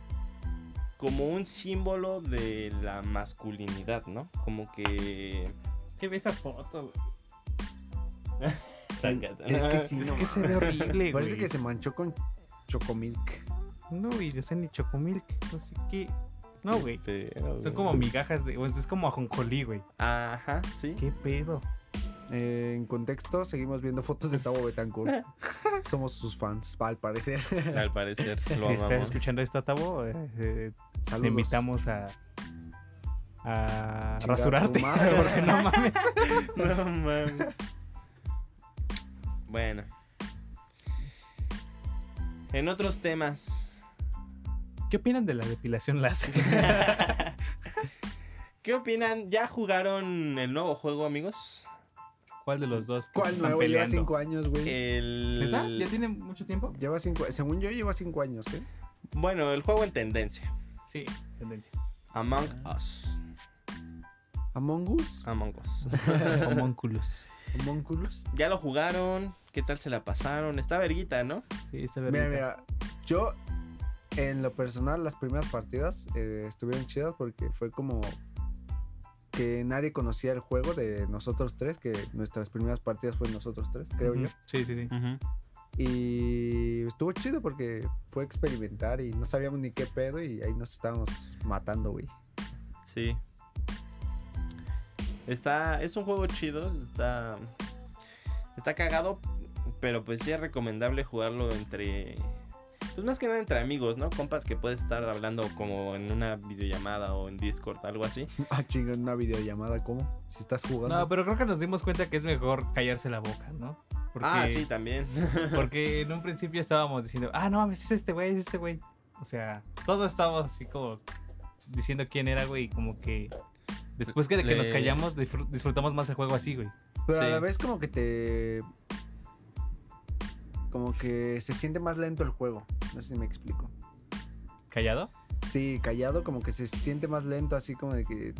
Speaker 2: Como un símbolo de la masculinidad, ¿no? Como que...
Speaker 3: Es que ve esa foto, güey.
Speaker 2: Sácate,
Speaker 1: Es
Speaker 2: ¿no?
Speaker 1: que sí,
Speaker 3: Es
Speaker 1: no
Speaker 3: que se ve horrible, güey.
Speaker 1: Parece que se manchó con chocomilk.
Speaker 3: No, güey, yo sé ni chocomilk, no sé qué. No, güey.
Speaker 2: Pero-
Speaker 3: Son como migajas de. o sea, Es como ajonjolí, güey.
Speaker 2: Ajá, sí.
Speaker 3: ¿Qué pedo?
Speaker 1: Eh, en contexto, seguimos viendo fotos de Tabo Betancourt.
Speaker 3: (laughs)
Speaker 1: Somos sus fans, al parecer.
Speaker 2: Al
Speaker 1: (laughs)
Speaker 2: parecer, lo
Speaker 3: si estás
Speaker 2: amamos.
Speaker 3: escuchando esto, Tabo, eh, eh,
Speaker 1: Saludos.
Speaker 3: te invitamos a. A
Speaker 1: Chinga tu
Speaker 3: rasurarte.
Speaker 1: madre.
Speaker 3: (laughs) Porque no mames.
Speaker 2: No mames. Bueno. En otros temas.
Speaker 3: ¿Qué opinan de la depilación láser?
Speaker 2: ¿Qué opinan? ¿Ya jugaron el nuevo juego, amigos?
Speaker 3: (laughs) ¿Cuál de los dos? que se
Speaker 1: ¿Cuál
Speaker 3: están
Speaker 1: nuevo? Lleva
Speaker 3: peleando? Eh.
Speaker 1: cinco años, güey.
Speaker 2: El...
Speaker 3: ¿Neta? ¿Ya tiene mucho tiempo?
Speaker 1: Lleva cinco, según yo, lleva cinco años, ¿eh?
Speaker 2: Bueno, el juego en tendencia.
Speaker 3: Sí,
Speaker 1: (laughs)
Speaker 3: tendencia.
Speaker 2: Among Us.
Speaker 1: Among Us.
Speaker 3: Ah.
Speaker 2: Among Us.
Speaker 3: Homónculos.
Speaker 1: Homunculus.
Speaker 2: ya lo jugaron. ¿Qué tal se la pasaron? Está verguita, ¿no?
Speaker 3: Sí, está bien.
Speaker 1: Mira, mira, yo en lo personal las primeras partidas eh, estuvieron chidas porque fue como que nadie conocía el juego de nosotros tres, que nuestras primeras partidas fueron nosotros tres, creo yo.
Speaker 3: Sí, sí, sí.
Speaker 1: Y estuvo chido porque fue experimentar y no sabíamos ni qué pedo y ahí nos estábamos matando, güey. (laughs)
Speaker 2: Sí. Está. Es un juego chido. Está. Está cagado. Pero pues sí es recomendable jugarlo entre. Pues más que nada entre amigos, ¿no? Compas que puedes estar hablando como en una videollamada o en Discord, algo así.
Speaker 1: Ah, chinga, en una videollamada, ¿cómo? Si estás jugando.
Speaker 3: No, pero creo que nos dimos cuenta que es mejor callarse la boca, ¿no? Porque,
Speaker 2: Ah, sí, también. (laughs)
Speaker 3: Porque en un principio estábamos diciendo, ah, no mames, es este güey, es este güey. O sea, todos estábamos así como diciendo quién era, güey, y como que después que, de que
Speaker 2: Le-
Speaker 3: nos callamos, disfr- disfrutamos más el juego así, güey.
Speaker 1: Pero a la
Speaker 2: Sí.
Speaker 1: vez como que te... Como que se siente más lento el juego. No sé si me explico.
Speaker 3: ¿Callado?
Speaker 1: Sí, callado, como que se siente más lento, así como de que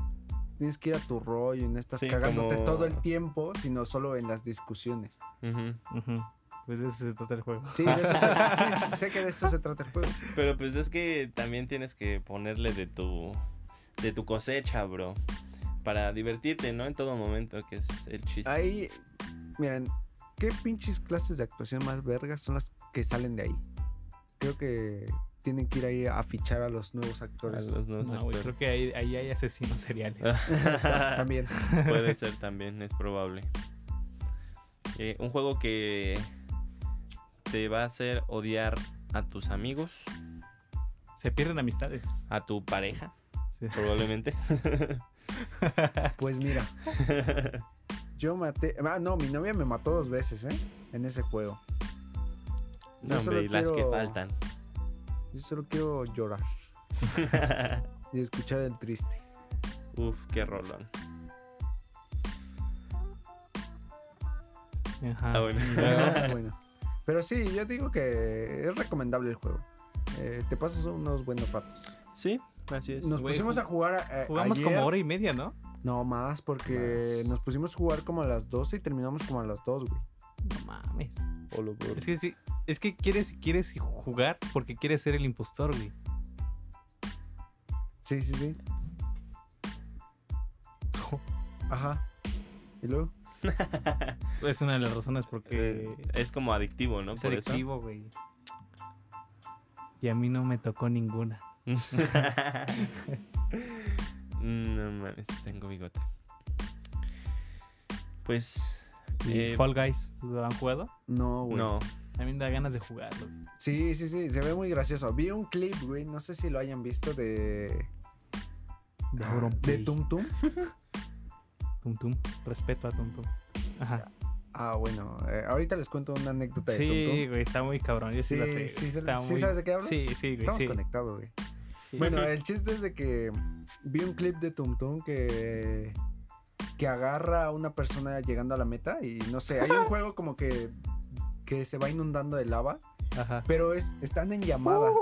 Speaker 1: tienes que ir a tu rollo y no estás
Speaker 2: Sí,
Speaker 1: cagándote
Speaker 2: como-
Speaker 1: todo el tiempo, sino solo en las discusiones.
Speaker 2: Ujú.
Speaker 3: Ujú. Pues de eso se trata el juego.
Speaker 1: Sí, de eso se- sí, sé que de eso se trata el juego.
Speaker 2: Pero pues es que también tienes que ponerle de tu. de tu cosecha, bro. Para divertirte, ¿no? En todo momento, que es el chiste.
Speaker 1: Ahí, miren, ¿qué pinches clases de actuación más vergas son las que salen de ahí? Creo que tienen que ir ahí a fichar a los nuevos (laughs)
Speaker 2: A
Speaker 1: actores.
Speaker 2: los nuevos
Speaker 3: No, güey,
Speaker 2: actores.
Speaker 3: creo que ahí, ahí hay asesinos seriales.
Speaker 1: Ah. También.
Speaker 2: Puede ser también, es probable. Eh, un juego que te va a hacer odiar a tus amigos,
Speaker 3: Se pierden amistades.
Speaker 2: a tu pareja,
Speaker 3: Sí.
Speaker 2: probablemente.
Speaker 1: Pues mira, yo maté. Ah, no, mi novia me mató dos veces, ¿eh? En ese juego. (laughs)
Speaker 2: No,
Speaker 1: Yo solo
Speaker 2: hombre, y las que
Speaker 1: quiero-
Speaker 2: faltan.
Speaker 1: Yo solo quiero llorar y escuchar el triste.
Speaker 2: Uf, qué rolón.
Speaker 3: Ajá.
Speaker 2: Ah, bueno.
Speaker 3: Ah.
Speaker 2: Ah,
Speaker 3: (laughs)
Speaker 1: Ah, bueno. Pero sí, yo digo que es recomendable el juego. eh, te pasas unos buenos ratos.
Speaker 2: Sí, así es.
Speaker 1: Nos
Speaker 3: Güey,
Speaker 1: pusimos a jugar. eh,
Speaker 3: Jugamos
Speaker 1: ayer.
Speaker 3: como hora y media, ¿no?
Speaker 1: No, más, porque
Speaker 2: Más.
Speaker 1: nos pusimos a jugar como a las 12 y terminamos como a las 2, güey.
Speaker 3: No mames.
Speaker 2: O lo-
Speaker 3: Es que sí, es que quieres, quieres jugar porque quieres ser el impostor, güey.
Speaker 1: Sí, sí,
Speaker 3: (laughs)
Speaker 1: sí. Ajá. ¿Y luego?
Speaker 3: Es una de las razones
Speaker 2: Eh,
Speaker 3: porque
Speaker 2: es como adictivo, ¿no?
Speaker 3: es
Speaker 2: Por
Speaker 3: adictivo, (laughs) güey. Y a mí no me tocó ninguna.
Speaker 2: eso. (laughs) no mames, tengo bigote. Pues.
Speaker 3: Y
Speaker 2: eh,
Speaker 3: Fall Guys, ¿lo han jugado?
Speaker 1: No, güey.
Speaker 2: no.
Speaker 3: A mí me da ganas de jugarlo. güey.
Speaker 1: Sí, sí, sí. Se ve muy gracioso. Vi un clip, güey. No sé si lo hayan visto de.
Speaker 3: De
Speaker 1: Ah,
Speaker 3: Auron
Speaker 1: ¿De
Speaker 3: Play.
Speaker 1: Tum Tum?
Speaker 3: Tum Tum. Respeto a Tum Tum. Ajá.
Speaker 1: Ah, bueno. eh, ahorita les cuento una anécdota de Tum
Speaker 3: Sí,
Speaker 1: Tum.
Speaker 3: güey, está muy cabrón. Yo sí, la
Speaker 1: Sí,
Speaker 3: sé.
Speaker 1: sí,
Speaker 3: está
Speaker 1: sí,
Speaker 3: muy-
Speaker 1: ¿sabes de qué hablo?
Speaker 3: Sí, sí, güey.
Speaker 1: Estamos
Speaker 3: sí,
Speaker 1: conectados, güey.
Speaker 3: sí.
Speaker 1: Bueno, el chiste es de que vi un clip de Tum Tum que, que agarra a una persona llegando a la meta y no sé, hay un juego como que, que se va inundando de lava,
Speaker 3: Ajá.
Speaker 1: pero es están en llamada.
Speaker 3: Uh,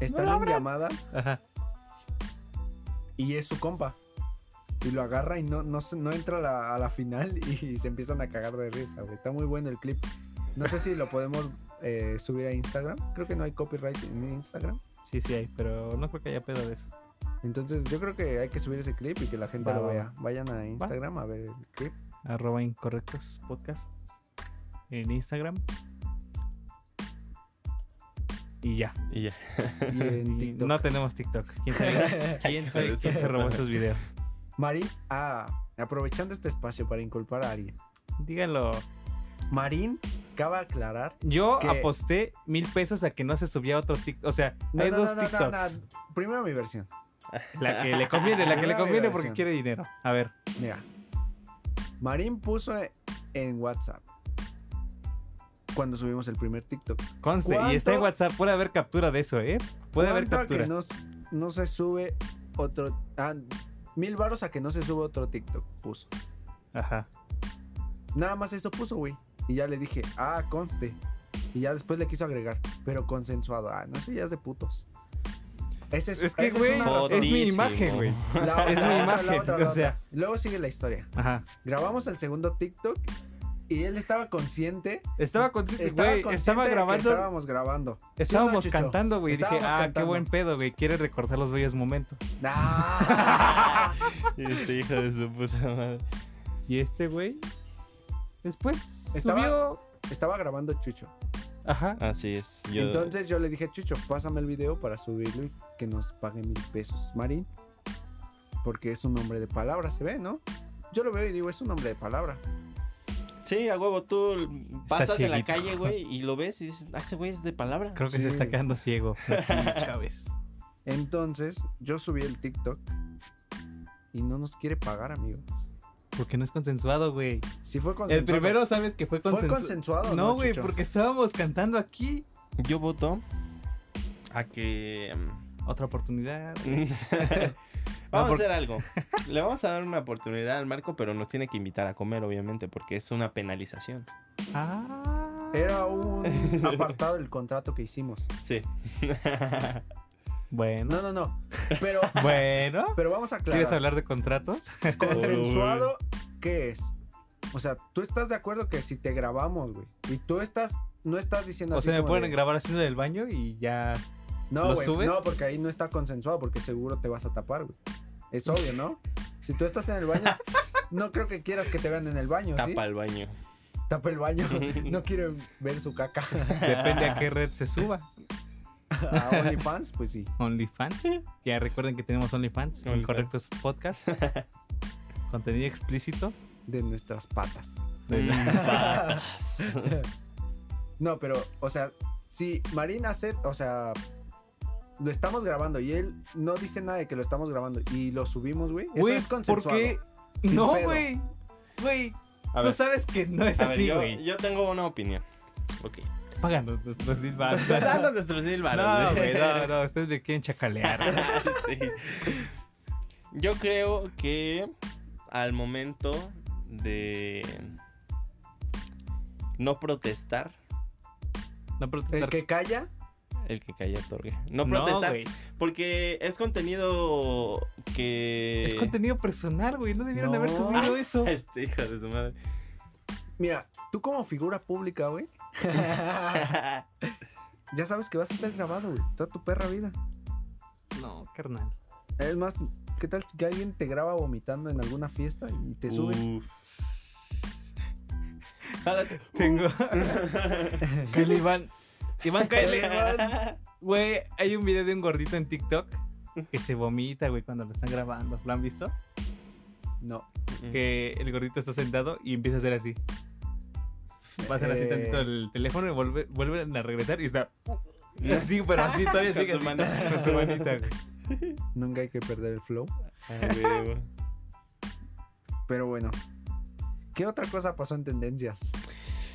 Speaker 1: Están en llamada
Speaker 3: Ajá.
Speaker 1: y es su compa. Y lo agarra y no, no, se- no entra a la, a la final (laughs) y se empiezan a cagar de risa, güey. Está muy bueno el clip. No sé si lo podemos eh, subir a Instagram. Creo que no hay copyright en Instagram.
Speaker 3: Sí, sí hay, pero no creo que haya pedo de eso.
Speaker 1: Entonces yo creo que hay que subir ese clip y que la gente
Speaker 3: Va,
Speaker 1: lo
Speaker 3: va,
Speaker 1: vea. Vayan a Instagram a ver el
Speaker 3: (laughs)
Speaker 1: clip.
Speaker 3: Arroba incorrectos podcast en Instagram. Y ya.
Speaker 2: Y ya.
Speaker 3: (laughs)
Speaker 1: Y en
Speaker 3: Y
Speaker 1: TikTok.
Speaker 3: no tenemos TikTok. ¿Quién
Speaker 1: (laughs)
Speaker 3: sabe quién, sabe quién se robó esos videos?
Speaker 1: Marín, ah, aprovechando este espacio para inculpar a alguien.
Speaker 3: Díganlo.
Speaker 1: Marín, cabe aclarar.
Speaker 3: Yo
Speaker 1: Que-
Speaker 3: aposté mil pesos a que no se subía otro TikTok. O sea,
Speaker 1: No,
Speaker 3: hay
Speaker 1: no,
Speaker 3: dos
Speaker 1: no, no, no,
Speaker 3: TikToks.
Speaker 1: no. Primero mi versión.
Speaker 3: La que le conviene, la
Speaker 1: (laughs)
Speaker 3: que le
Speaker 1: Primera
Speaker 3: conviene porque
Speaker 1: vibración.
Speaker 3: quiere dinero. A ver.
Speaker 1: Mira. Marín puso en WhatsApp. Cuando subimos el primer TikTok.
Speaker 3: Conste, y está en
Speaker 1: ¿Cuánto-
Speaker 3: WhatsApp. Puede haber captura de eso, ¿eh? Puede haber
Speaker 1: ¿Cuánto a
Speaker 3: captura.
Speaker 1: que no, s- no se sube otro. ah, mil varos a que no se sube otro TikTok. Puso.
Speaker 3: Ajá.
Speaker 1: Nada más eso puso, güey. Y ya le dije, ah, conste. Y ya después le quiso agregar, pero consensuado. Ah, no, eso ya es de putos. Ese es,
Speaker 3: Es que,
Speaker 1: esa
Speaker 3: güey,
Speaker 1: una
Speaker 3: es
Speaker 1: razón.
Speaker 3: mi
Speaker 2: Jotísimo.
Speaker 3: imagen, güey.
Speaker 1: La-
Speaker 3: es
Speaker 1: la
Speaker 3: mi
Speaker 1: otra,
Speaker 3: imagen,
Speaker 1: la otra, la
Speaker 3: o sea.
Speaker 1: otra. Luego sigue la historia.
Speaker 3: Ajá.
Speaker 1: Grabamos el segundo TikTok y él estaba consciente.
Speaker 3: Estaba consciente,
Speaker 1: Estaba
Speaker 3: güey.
Speaker 1: consciente
Speaker 3: Estaba
Speaker 1: de que
Speaker 3: grabando.
Speaker 1: estábamos grabando. ¿Sí o no,
Speaker 3: Estábamos
Speaker 1: Chucho?
Speaker 3: cantando, güey. y Dije, ah,
Speaker 1: Estábamos
Speaker 3: qué
Speaker 1: cantando.
Speaker 3: buen pedo, güey. Quiere recortar los bellos momentos. (laughs)
Speaker 1: Nah.
Speaker 2: Este hijo de su puta madre.
Speaker 3: Y este, güey. Después
Speaker 1: Estaba-
Speaker 3: subió.
Speaker 1: estaba grabando Chucho.
Speaker 3: Ajá.
Speaker 2: Así es. Yo,
Speaker 1: Entonces yo le dije, Chucho, pásame el video para subirlo y que nos pague mil pesos, Marín. Porque es un hombre de palabra, se ve, ¿no? Yo lo veo y digo, es un hombre de palabra.
Speaker 2: Sí, a huevo, tú pasas en la
Speaker 3: cieguito.
Speaker 2: calle, güey, y lo ves y dices, ah, ese güey es de palabra.
Speaker 3: Creo que
Speaker 1: Sí.
Speaker 3: se está quedando (laughs) ciego. aquí, Chávez.
Speaker 1: Entonces yo subí el TikTok y no nos quiere pagar, amigos.
Speaker 3: Porque no es consensuado, güey.
Speaker 1: Sí fue consensuado.
Speaker 3: El primero, sabes que fue
Speaker 1: fue
Speaker 3: consensuado.
Speaker 1: consensuado.
Speaker 3: No, güey,
Speaker 1: Chucho?
Speaker 3: porque estábamos cantando aquí.
Speaker 2: Yo voto a que. (laughs) mm,
Speaker 3: Otra oportunidad.
Speaker 2: vamos a
Speaker 3: por-
Speaker 2: hacer algo. Le vamos a dar una oportunidad al Marco, pero nos tiene que invitar a comer, obviamente, porque es una penalización.
Speaker 3: Ah.
Speaker 1: Era
Speaker 3: (laughs)
Speaker 1: un apartado del contrato que hicimos.
Speaker 2: (laughs) Sí.
Speaker 3: Bueno.
Speaker 1: No, no, no. Pero,
Speaker 3: (laughs) Bueno.
Speaker 1: pero vamos a aclarar.
Speaker 3: ¿Quieres hablar de contratos?
Speaker 1: Consensuado, ¿qué es? O sea, tú estás de acuerdo que si te grabamos, güey, y tú estás, no estás diciendo
Speaker 3: o
Speaker 1: así
Speaker 3: sea, me
Speaker 1: como
Speaker 3: pueden
Speaker 1: de,
Speaker 3: grabar haciendo el baño y ya.
Speaker 1: No,
Speaker 3: ¿Lo
Speaker 1: güey,
Speaker 3: subes?
Speaker 1: no, porque ahí no está consensuado, porque seguro te vas a tapar, güey. Es obvio, ¿no? Si tú estás en el
Speaker 3: (laughs)
Speaker 1: baño, no creo que quieras que te vean en el baño, ¿sí?
Speaker 2: Tapa el baño.
Speaker 1: Tapa el
Speaker 3: (laughs)
Speaker 1: baño, no quiero ver su caca. (laughs)
Speaker 3: Depende a qué red se suba.
Speaker 1: A OnlyFans, pues sí.
Speaker 3: OnlyFans. Ya recuerden que tenemos OnlyFans,
Speaker 2: OnlyFans.
Speaker 3: Incorrectos
Speaker 1: (laughs)
Speaker 3: Podcast. Contenido explícito.
Speaker 1: De nuestras patas.
Speaker 2: Mm, patas. (laughs)
Speaker 1: No, pero, o sea, si Marina acepta, o sea, lo estamos grabando y él no dice nada de que lo estamos grabando y lo subimos, güey. Eso
Speaker 3: Güey,
Speaker 1: es
Speaker 3: ¿por
Speaker 1: consensuado.
Speaker 3: qué?
Speaker 1: Sin
Speaker 3: No,
Speaker 1: pedo.
Speaker 3: güey. Güey,
Speaker 2: A
Speaker 3: tú
Speaker 2: ver,
Speaker 3: sabes que no es
Speaker 2: a ver,
Speaker 3: así,
Speaker 2: yo-
Speaker 3: güey.
Speaker 2: yo tengo una opinión. Ok.
Speaker 3: Páganos nuestros silbanos. (laughs)
Speaker 2: Danos nuestros mil varos,
Speaker 3: No, güey, no, no. Ustedes me quieren chacalear. (laughs)
Speaker 2: Sí. Yo creo que al momento de no protestar,
Speaker 3: No
Speaker 1: El
Speaker 3: protestar.
Speaker 1: que calla,
Speaker 2: el que calla otorga. No protestar,
Speaker 3: güey.
Speaker 2: porque es contenido que...
Speaker 3: Es contenido personal, güey. No debieron haber
Speaker 1: No.
Speaker 3: subido eso. (laughs)
Speaker 2: Este hijo de su madre.
Speaker 1: Mira, tú como figura pública, güey, ya sabes que vas a ser grabado, güey, toda tu perra vida.
Speaker 3: No, carnal.
Speaker 1: Es más, ¿qué tal que alguien te graba vomitando en alguna fiesta y te sube?
Speaker 2: Uf. Jálate. (laughs)
Speaker 3: Tengo. Kyle Iván. Iván (laughs) Kyle Iván. Güey, hay un video de un gordito en TikTok que se vomita, güey, cuando lo están grabando. ¿Lo han visto?
Speaker 1: (laughs) No.
Speaker 3: (laughs) Que el gordito está sentado y empieza a hacer así. Va a hacer así
Speaker 1: Eh.
Speaker 3: tantito el teléfono y vuelve, vuelven a regresar y está. Así, pero (laughs) así todavía
Speaker 2: Con
Speaker 3: sigue
Speaker 2: su
Speaker 3: así,
Speaker 2: mano.
Speaker 3: con su manita, güey.
Speaker 1: Nunca hay que perder el flow.
Speaker 2: Ah, huevo.
Speaker 1: Pero bueno. ¿Qué otra cosa pasó en tendencias?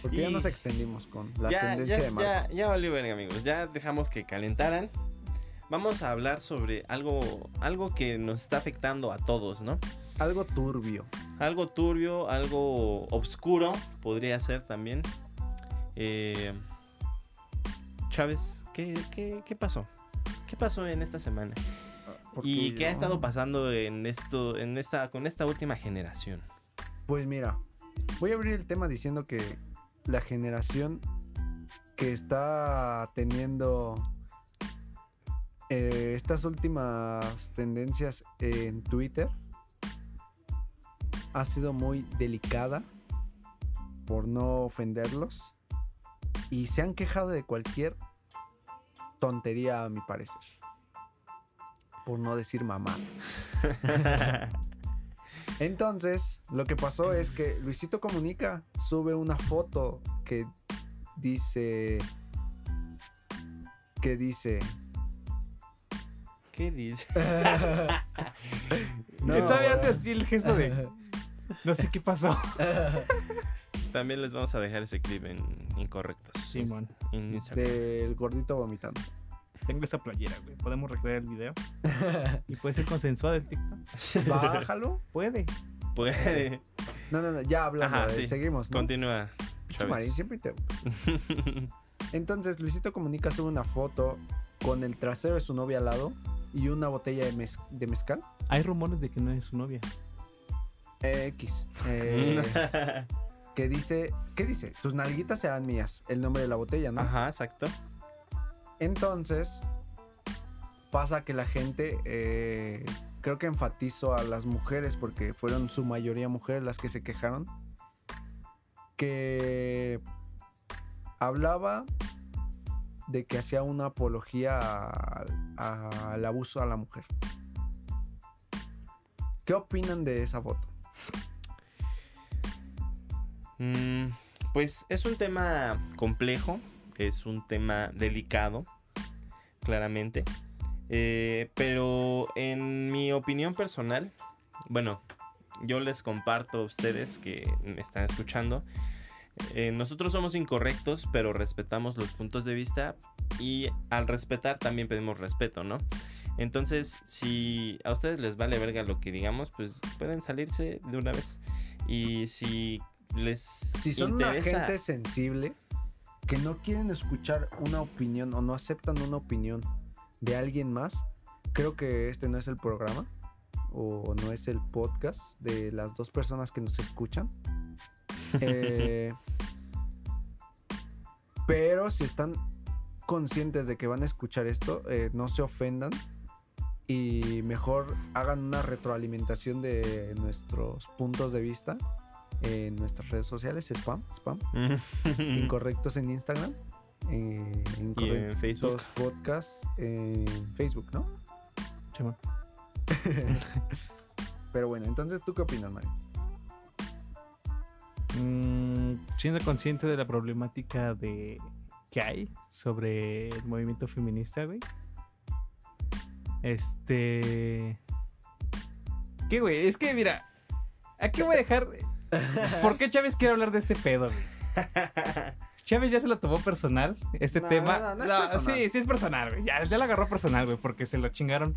Speaker 1: Porque ya
Speaker 2: Y-
Speaker 1: nos extendimos con la
Speaker 2: ya,
Speaker 1: tendencia
Speaker 2: ya,
Speaker 1: de Marco.
Speaker 2: Ya, ya valió verga, amigos. Ya dejamos que calentaran. Vamos a hablar sobre algo, algo que nos está afectando a todos, ¿no?
Speaker 1: Algo turbio.
Speaker 2: Algo turbio, algo oscuro podría ser también. Eh, Chávez, ¿qué, qué, qué pasó? ¿Qué pasó en esta semana? ¿Y
Speaker 1: Porque
Speaker 2: qué ha
Speaker 1: yo-
Speaker 2: estado pasando en esto, en esta, con esta última generación?
Speaker 1: Pues mira, voy a abrir el tema diciendo que la generación que está teniendo eh, estas últimas tendencias en Twitter ha sido muy delicada por no ofenderlos y se han quejado de cualquier tontería a mi parecer. Por no decir mamá. Entonces, lo que pasó es que Luisito Comunica sube una foto que dice. que dice.
Speaker 2: ¿Qué dice?
Speaker 1: (laughs) No,
Speaker 3: y todavía hace
Speaker 1: güey.
Speaker 3: así el gesto (laughs) de. No sé qué pasó.
Speaker 2: También les vamos a dejar ese clip en Incorrectos.
Speaker 3: Simón.
Speaker 2: En Instagram.
Speaker 1: del gordito vomitando.
Speaker 2: (laughs)
Speaker 3: Tengo esa playera, güey. Podemos recrear el video. Y puede ser consensuado el TikTok.
Speaker 1: Bájalo.
Speaker 3: Puede.
Speaker 2: Puede.
Speaker 1: No, no, no, ya hablando,
Speaker 2: Ajá,
Speaker 1: eh,
Speaker 2: sí.
Speaker 1: seguimos. ¿no?
Speaker 2: Continúa.
Speaker 1: Pinche Marín,
Speaker 2: (laughs) Chávez.
Speaker 1: siempre te- Entonces, Luisito Comunica sube una foto con el trasero de su novia al lado y una botella de, mez- de mezcal.
Speaker 3: Hay rumores de que no es su novia.
Speaker 1: Eh, X.
Speaker 2: (laughs)
Speaker 1: Eh, que dice. ¿Qué dice? Tus nalguitas serán mías. El nombre de la botella, ¿no?
Speaker 2: Ajá, exacto.
Speaker 1: Entonces, pasa que la gente, eh, creo que enfatizo a las mujeres, porque fueron su mayoría mujeres las que se quejaron, que hablaba de que hacía una apología a- a- al abuso a la mujer. ¿Qué opinan de esa foto?
Speaker 2: Mm, pues es un tema complejo, es un tema delicado, claramente. Eh, pero en mi opinión personal, bueno, yo les comparto a ustedes que me están escuchando. eh, nosotros somos incorrectos, pero respetamos los puntos de vista y al respetar también pedimos respeto, ¿no? Entonces, si a ustedes les vale verga lo que digamos, pues pueden salirse de una vez. Y si les
Speaker 1: Si son una
Speaker 2: interesa-
Speaker 1: gente
Speaker 2: (laughs)
Speaker 1: sensible que no quieren escuchar una opinión o no aceptan una opinión de alguien más, creo que este no es el programa o no es el podcast de las dos personas que nos escuchan. Eh, pero si están conscientes de que van a escuchar esto, eh, no se ofendan y mejor hagan una retroalimentación de nuestros puntos de vista en nuestras redes sociales, spam, spam, incorrectos en Instagram, eh,
Speaker 2: y
Speaker 1: incorrectos
Speaker 2: en Facebook.
Speaker 1: podcast en Facebook, ¿no?
Speaker 3: Chema.
Speaker 1: Pero bueno, entonces, ¿tú qué opinas, Mario?
Speaker 3: Mm, siendo consciente de la problemática de que hay sobre el movimiento feminista, güey. Este. ¿Qué, güey? Es que, mira. ¿A qué voy a dejar? ¿Por qué Chávez quiere hablar de este pedo, güey? Chávez ya se lo tomó personal, este
Speaker 1: No,
Speaker 3: tema.
Speaker 1: no, no, no es personal.
Speaker 3: Sí, sí es personal, güey. Ya, ya lo agarró personal, güey, porque se lo chingaron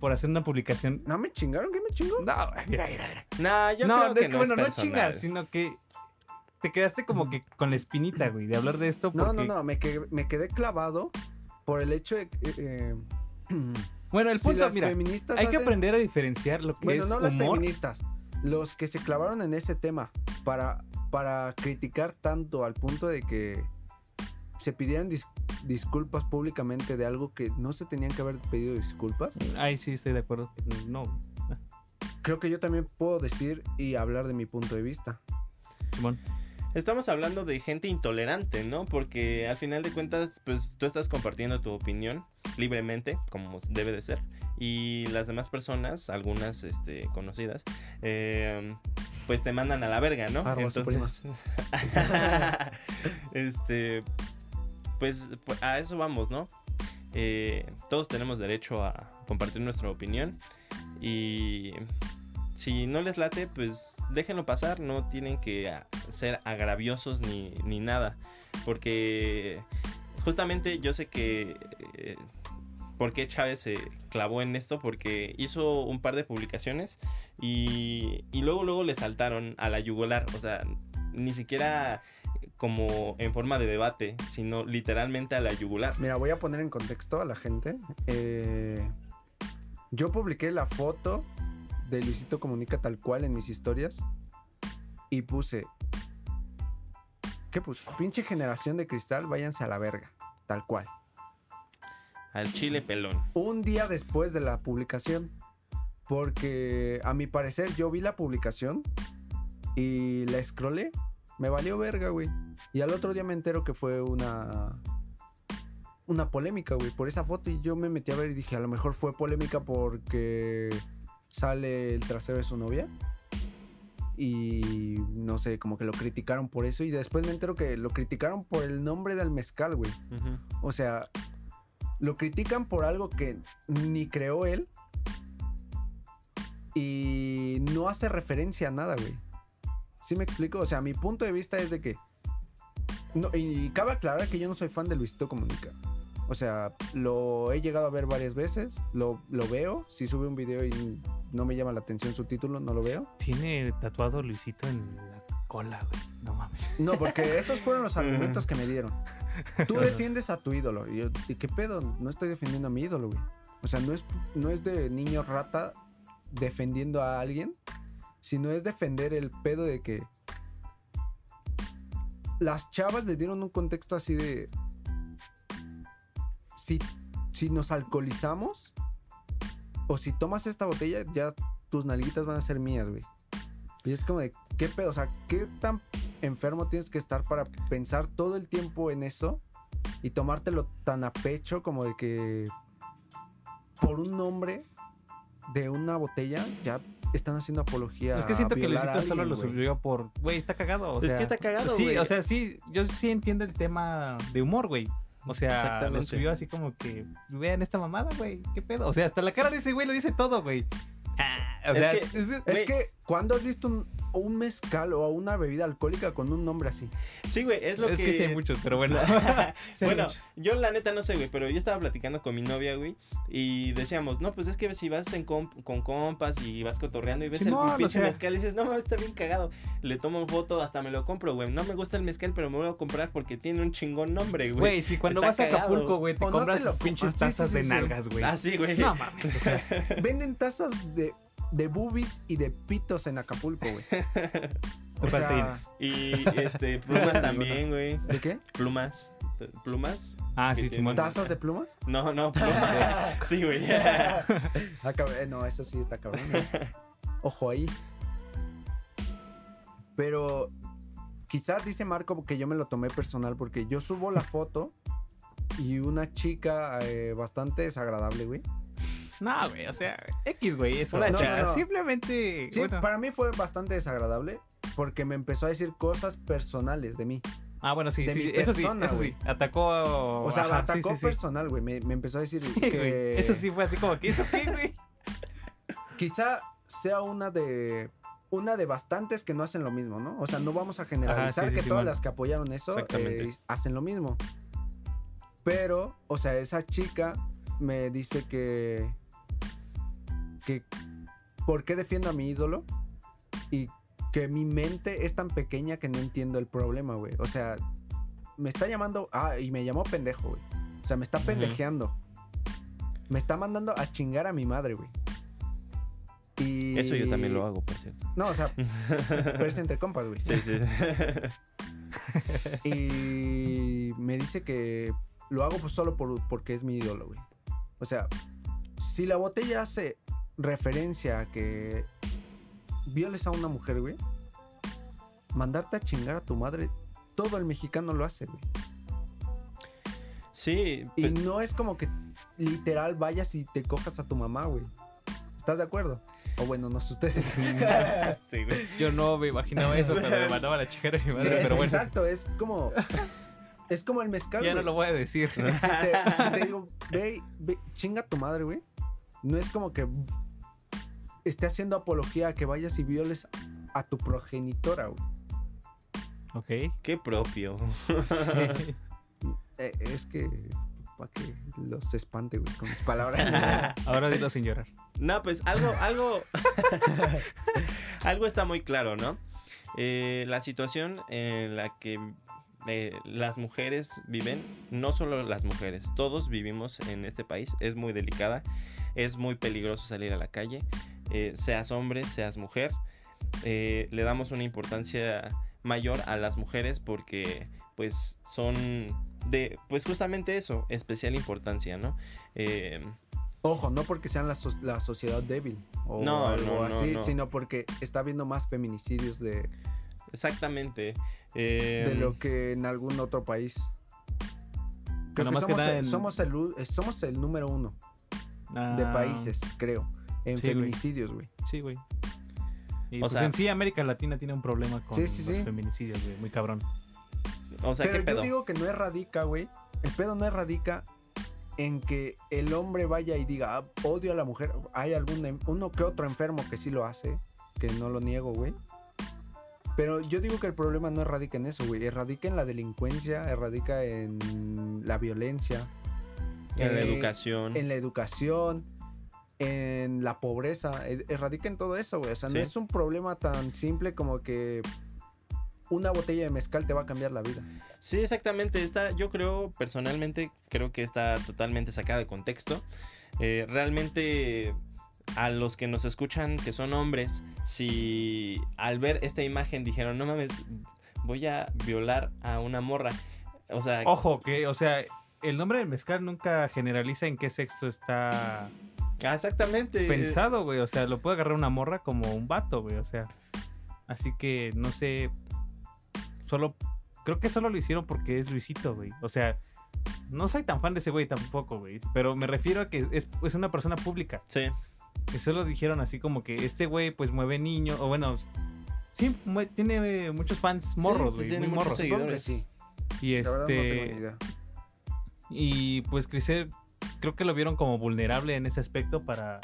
Speaker 3: por hacer una publicación.
Speaker 1: ¿No me chingaron? ¿Qué me chingó?
Speaker 3: No, güey, mira, mira, mira
Speaker 2: No, yo
Speaker 3: no,
Speaker 2: creo
Speaker 3: es
Speaker 2: que
Speaker 3: que
Speaker 2: no
Speaker 3: bueno,
Speaker 2: es
Speaker 3: no
Speaker 2: personal.
Speaker 3: chingar, sino que te quedaste como que con la espinita, güey, de hablar de esto.
Speaker 1: No, no,
Speaker 3: porque-
Speaker 1: no, me, que- me quedé clavado por el hecho de que, eh,
Speaker 3: Bueno, el
Speaker 1: si
Speaker 3: punto,
Speaker 1: las
Speaker 3: mira,
Speaker 1: feministas
Speaker 3: hay que
Speaker 1: hacen-
Speaker 3: aprender a diferenciar lo que
Speaker 1: Bueno,
Speaker 3: es
Speaker 1: no las
Speaker 3: humor.
Speaker 1: feministas, los que se clavaron en ese tema para, para criticar tanto al punto de que se pidieran dis- disculpas públicamente de algo que no se tenían que haber pedido disculpas.
Speaker 3: Ahí sí estoy de acuerdo. No,
Speaker 1: Creo que yo también puedo decir y hablar de mi punto de vista.
Speaker 3: Simón.
Speaker 2: Estamos hablando de gente intolerante, ¿no? Porque al final de cuentas, pues tú estás compartiendo tu opinión libremente, como debe de ser. Y las demás personas, algunas este, conocidas, eh, pues te mandan a la verga, ¿no?
Speaker 1: Arroba su
Speaker 2: (laughs) este, pues pu- a eso vamos, ¿no? Eh, todos tenemos derecho a compartir nuestra opinión y si no les late, pues déjenlo pasar, no tienen que a- ser agraviosos ni, ni nada, porque justamente yo sé que... eh, ¿Por qué Chávez se clavó en esto? Porque hizo un par de publicaciones y, y luego luego le saltaron a la yugular, o sea, ni siquiera como en forma de debate, sino literalmente a la yugular.
Speaker 1: Mira, voy a poner en contexto a la gente. Eh, yo publiqué la foto de Luisito Comunica tal cual en mis historias y puse... ¿Qué puse? Pinche generación de cristal, váyanse a la verga. Tal cual.
Speaker 2: Al chile pelón.
Speaker 1: un día después de la publicación. Porque a mi parecer yo vi la publicación y la scrollé. Me valió verga, güey. Y al otro día me entero que fue una. Una polémica, güey, por esa foto. Y yo me metí a ver y dije, a lo mejor fue polémica porque sale el trasero de su novia. Y no sé, como que lo criticaron por eso. Y después me entero que lo criticaron por el nombre del mezcal, güey. O sea, lo critican por algo que ni creó él y no hace referencia a nada, güey. ¿Sí me explico? O sea, mi punto de vista es de que... No, y cabe aclarar que yo no soy fan de Luisito Comunica. O sea, lo he llegado a ver varias veces, lo, lo veo, si sube un video y no me llama la atención su título, no lo veo.
Speaker 3: Tiene tatuado Luisito en la cola, güey. No mames.
Speaker 1: No, porque esos fueron los argumentos que me dieron. Tú defiendes a tu ídolo. Y, yo, ¿y qué pedo? No estoy defendiendo a mi ídolo, güey. O sea, no es, no es de niño rata defendiendo a alguien, sino es defender el pedo de que las chavas le dieron un contexto así de... Si, si nos alcoholizamos o si tomas esta botella, ya tus nalguitas van a ser mías, güey. Y es como de, ¿qué pedo? O sea, ¿qué tan enfermo tienes que estar para pensar todo el tiempo en eso y tomártelo tan a pecho como de que por un nombre de una botella ya están haciendo apología.
Speaker 3: es que siento
Speaker 1: a
Speaker 3: que
Speaker 1: violar
Speaker 3: Luisito
Speaker 1: a
Speaker 3: solo
Speaker 1: alguien,
Speaker 3: lo
Speaker 1: güey.
Speaker 3: subió por, güey, está cagado. O
Speaker 2: Es
Speaker 3: sea,
Speaker 2: que está cagado,
Speaker 3: Sí,
Speaker 2: güey.
Speaker 3: o sea, sí, yo sí entiendo el tema de humor, güey. O sea, lo
Speaker 2: Exactamente.
Speaker 3: subió así como que, vean esta mamada, güey, qué pedo. O sea, hasta la cara de ese güey lo dice todo, güey. Ah, o
Speaker 2: Es
Speaker 3: sea,
Speaker 2: que-
Speaker 3: es-
Speaker 1: Es
Speaker 2: Güey.
Speaker 1: que, cuando has visto un, un mezcal o una bebida alcohólica con un nombre así?
Speaker 2: Sí, güey, es lo
Speaker 3: es que... sí hay muchos, pero
Speaker 2: (laughs)
Speaker 3: bueno. (laughs) Sí hay
Speaker 2: bueno,
Speaker 3: muchos.
Speaker 2: yo la neta no sé, güey, pero yo estaba platicando con mi novia, güey, y decíamos, no, pues es que si vas en comp- con compas y vas cotorreando y ves
Speaker 3: Simón,
Speaker 2: el
Speaker 3: o
Speaker 2: pinche
Speaker 3: sea.
Speaker 2: mezcal y dices, no, mames, está bien cagado. Le tomo foto, hasta me lo compro, güey. No me gusta el mezcal, pero me lo voy a comprar porque tiene un chingón nombre, güey.
Speaker 3: Güey, si cuando
Speaker 2: está
Speaker 3: vas a
Speaker 2: cagado.
Speaker 3: Acapulco, güey, te
Speaker 1: O no te
Speaker 3: compras
Speaker 1: lo
Speaker 3: tus pinches
Speaker 1: compras, sí,
Speaker 3: tazas
Speaker 1: sí,
Speaker 3: de
Speaker 1: sí, sí.
Speaker 3: nalgas, güey.
Speaker 2: Ah, sí, güey. (laughs)
Speaker 3: No mames, o sea,
Speaker 1: Venden tazas de, de boobies y de pitos en Acapulco,
Speaker 3: (laughs)
Speaker 1: güey.
Speaker 3: tú
Speaker 1: O sea,
Speaker 3: patines.
Speaker 2: Y este, plumas también, güey.
Speaker 1: ¿De qué?
Speaker 2: Plumas. ¿Plumas?
Speaker 3: Ah,
Speaker 2: que
Speaker 3: sí,
Speaker 2: tiene-
Speaker 3: Simón.
Speaker 1: ¿Tazas de plumas?
Speaker 2: No, no, plumas.
Speaker 3: (laughs)
Speaker 2: güey. sí, güey.
Speaker 1: Ah, cabrón, eh, no, eso sí está cabrón.
Speaker 3: (laughs)
Speaker 1: ¿eh? Ojo ahí. Pero quizás dice Marco que yo me lo tomé personal porque yo subo la foto y una chica eh, bastante desagradable, güey.
Speaker 3: No, güey, o sea, X, güey, eso.
Speaker 2: Una
Speaker 3: o sea,
Speaker 1: chava. No, no.
Speaker 3: Simplemente.
Speaker 1: Sí,
Speaker 3: bueno.
Speaker 1: para mí fue bastante desagradable porque me empezó a decir cosas personales de mí.
Speaker 3: Ah, bueno, sí,
Speaker 1: de
Speaker 3: sí,
Speaker 1: mi
Speaker 3: sí, eso sí,
Speaker 1: persona,
Speaker 3: eso sí.
Speaker 1: güey.
Speaker 3: Atacó.
Speaker 1: O sea,
Speaker 3: Oh, ajá, sí,
Speaker 1: atacó
Speaker 3: sí, sí.
Speaker 1: personal, güey. Me, me empezó a decir
Speaker 3: Sí,
Speaker 1: que...
Speaker 3: (laughs) güey, Eso sí fue así como que eso qué, güey.
Speaker 1: quizá sea una de una de bastantes que no hacen lo mismo, ¿no? O sea, no vamos a generalizar
Speaker 3: Ajá, sí, sí,
Speaker 1: que
Speaker 3: sí,
Speaker 1: todas
Speaker 3: man.
Speaker 1: las que apoyaron eso
Speaker 2: Exactamente.
Speaker 1: eh, hacen lo mismo. Pero, o sea, esa chica me dice que que por qué defiendo a mi ídolo y que mi mente es tan pequeña que no entiendo el problema, güey. O sea, me está llamando, ah, y me llamó pendejo, güey. O sea, me está
Speaker 2: Ujú.
Speaker 1: pendejeando. Me está mandando a chingar a mi madre, güey. Y...
Speaker 2: (laughs) Eso yo también lo hago, por cierto.
Speaker 1: No, o sea,
Speaker 2: (laughs)
Speaker 1: pero es entre compas, güey.
Speaker 3: (laughs)
Speaker 2: Sí, sí.
Speaker 1: Y me dice que lo hago pues solo por, porque es mi ídolo, güey. O sea, si la botella hace referencia a que violes a una mujer, güey, mandarte a chingar a tu madre, todo el mexicano lo hace, güey.
Speaker 2: Sí,
Speaker 1: Y
Speaker 2: Pues, pe-
Speaker 1: no es como que literal vayas y te cojas a tu mamá, güey. ¿Estás de acuerdo? O bueno, no sé ustedes.
Speaker 2: (laughs) Sí, este, güey.
Speaker 3: Yo no me imaginaba eso cuando me mandaban a checar a mi
Speaker 1: Sí,
Speaker 3: madre,
Speaker 1: es-
Speaker 3: pero bueno,
Speaker 1: Exacto, es
Speaker 3: (laughs)
Speaker 1: como. Es como el mezcal.
Speaker 3: ya no
Speaker 1: güey.
Speaker 3: lo voy a decir.
Speaker 1: si te, si te digo, ve, ve, chinga tu madre, güey. No es como que esté haciendo apología a que vayas y violes a tu progenitora, güey.
Speaker 3: (laughs) ok.
Speaker 2: qué propio.
Speaker 1: Eh, es que para que los espante, güey, con mis palabras.
Speaker 3: (laughs) Ahora dilo sin llorar.
Speaker 2: No, pues algo, algo, (laughs) algo está muy claro, ¿no? Eh, la situación en la que eh, las mujeres viven, no solo las mujeres, todos vivimos en este país, es muy delicada, es muy peligroso salir a la calle, eh, seas hombre, seas mujer, eh, le damos una importancia mayor a las mujeres porque pues son de, pues justamente eso, especial importancia, ¿no? Eh,
Speaker 1: Ojo, no porque sean la, so- la sociedad débil o
Speaker 2: No,
Speaker 1: algo
Speaker 2: no, no,
Speaker 1: así,
Speaker 2: no.
Speaker 1: sino porque está habiendo más feminicidios de,
Speaker 2: Exactamente.
Speaker 1: de
Speaker 2: Em,
Speaker 1: lo que en algún otro país. Creo
Speaker 3: Bueno,
Speaker 1: que
Speaker 3: más que
Speaker 1: somos,
Speaker 3: nada
Speaker 1: el-
Speaker 3: en-
Speaker 1: somos el, u- eh, somos el número uno de
Speaker 3: Ah,
Speaker 1: países, creo, en
Speaker 3: Sí, güey.
Speaker 1: feminicidios, güey.
Speaker 3: Sí, güey. Y
Speaker 2: O
Speaker 3: pues
Speaker 2: sea-
Speaker 3: en sí América Latina tiene un problema con
Speaker 1: Sí, sí,
Speaker 3: los
Speaker 1: sí.
Speaker 3: feminicidios, güey, muy cabrón.
Speaker 2: O sea, ¿qué
Speaker 1: Pero yo
Speaker 2: pedo?
Speaker 1: digo que no erradica, güey. El pedo no erradica en que el hombre vaya y diga, "Ah, odio a la mujer. Hay algún, em- uno que otro enfermo que sí lo hace, que no lo niego, güey. Pero yo digo que el problema no erradica en eso, güey. Erradica en la delincuencia, erradica en la violencia,
Speaker 2: en la
Speaker 1: eh,
Speaker 2: educación.
Speaker 1: en la educación, en la pobreza. e- Erradica en todo eso, güey. O sea,
Speaker 2: Sí.
Speaker 1: no es un problema tan simple como que una botella de mezcal te va a cambiar la vida.
Speaker 2: Sí, exactamente. Está, yo creo, personalmente, creo que está totalmente sacada de contexto. Eh, realmente, a los que nos escuchan, que son hombres, si al ver esta imagen dijeron, no mames, voy a violar a una morra. O sea,
Speaker 1: Oh.
Speaker 3: Ojo, que, o sea, el nombre del mezcal nunca generaliza en qué sexo está
Speaker 2: ah, exactamente.
Speaker 3: pensado, güey. O sea, lo puede agarrar una morra como un vato, güey. O sea, así que no sé. Solo. Creo que solo lo hicieron porque es Luisito, güey. O sea, no soy tan fan de ese güey tampoco, güey. Pero me refiero a que es, es una persona pública.
Speaker 2: Sí,
Speaker 3: Que solo dijeron así como que este güey, pues mueve niños. O bueno, sí, mue- tiene eh, muchos fans morros,
Speaker 2: pues,
Speaker 3: güey.
Speaker 2: tiene
Speaker 3: muy
Speaker 2: muchos
Speaker 3: morros.
Speaker 2: seguidores.
Speaker 1: Supongo que sí.
Speaker 3: Y
Speaker 1: La verdad no tengo ni
Speaker 3: este.
Speaker 1: idea.
Speaker 3: Y pues crecer, creo que lo vieron como vulnerable en ese aspecto para,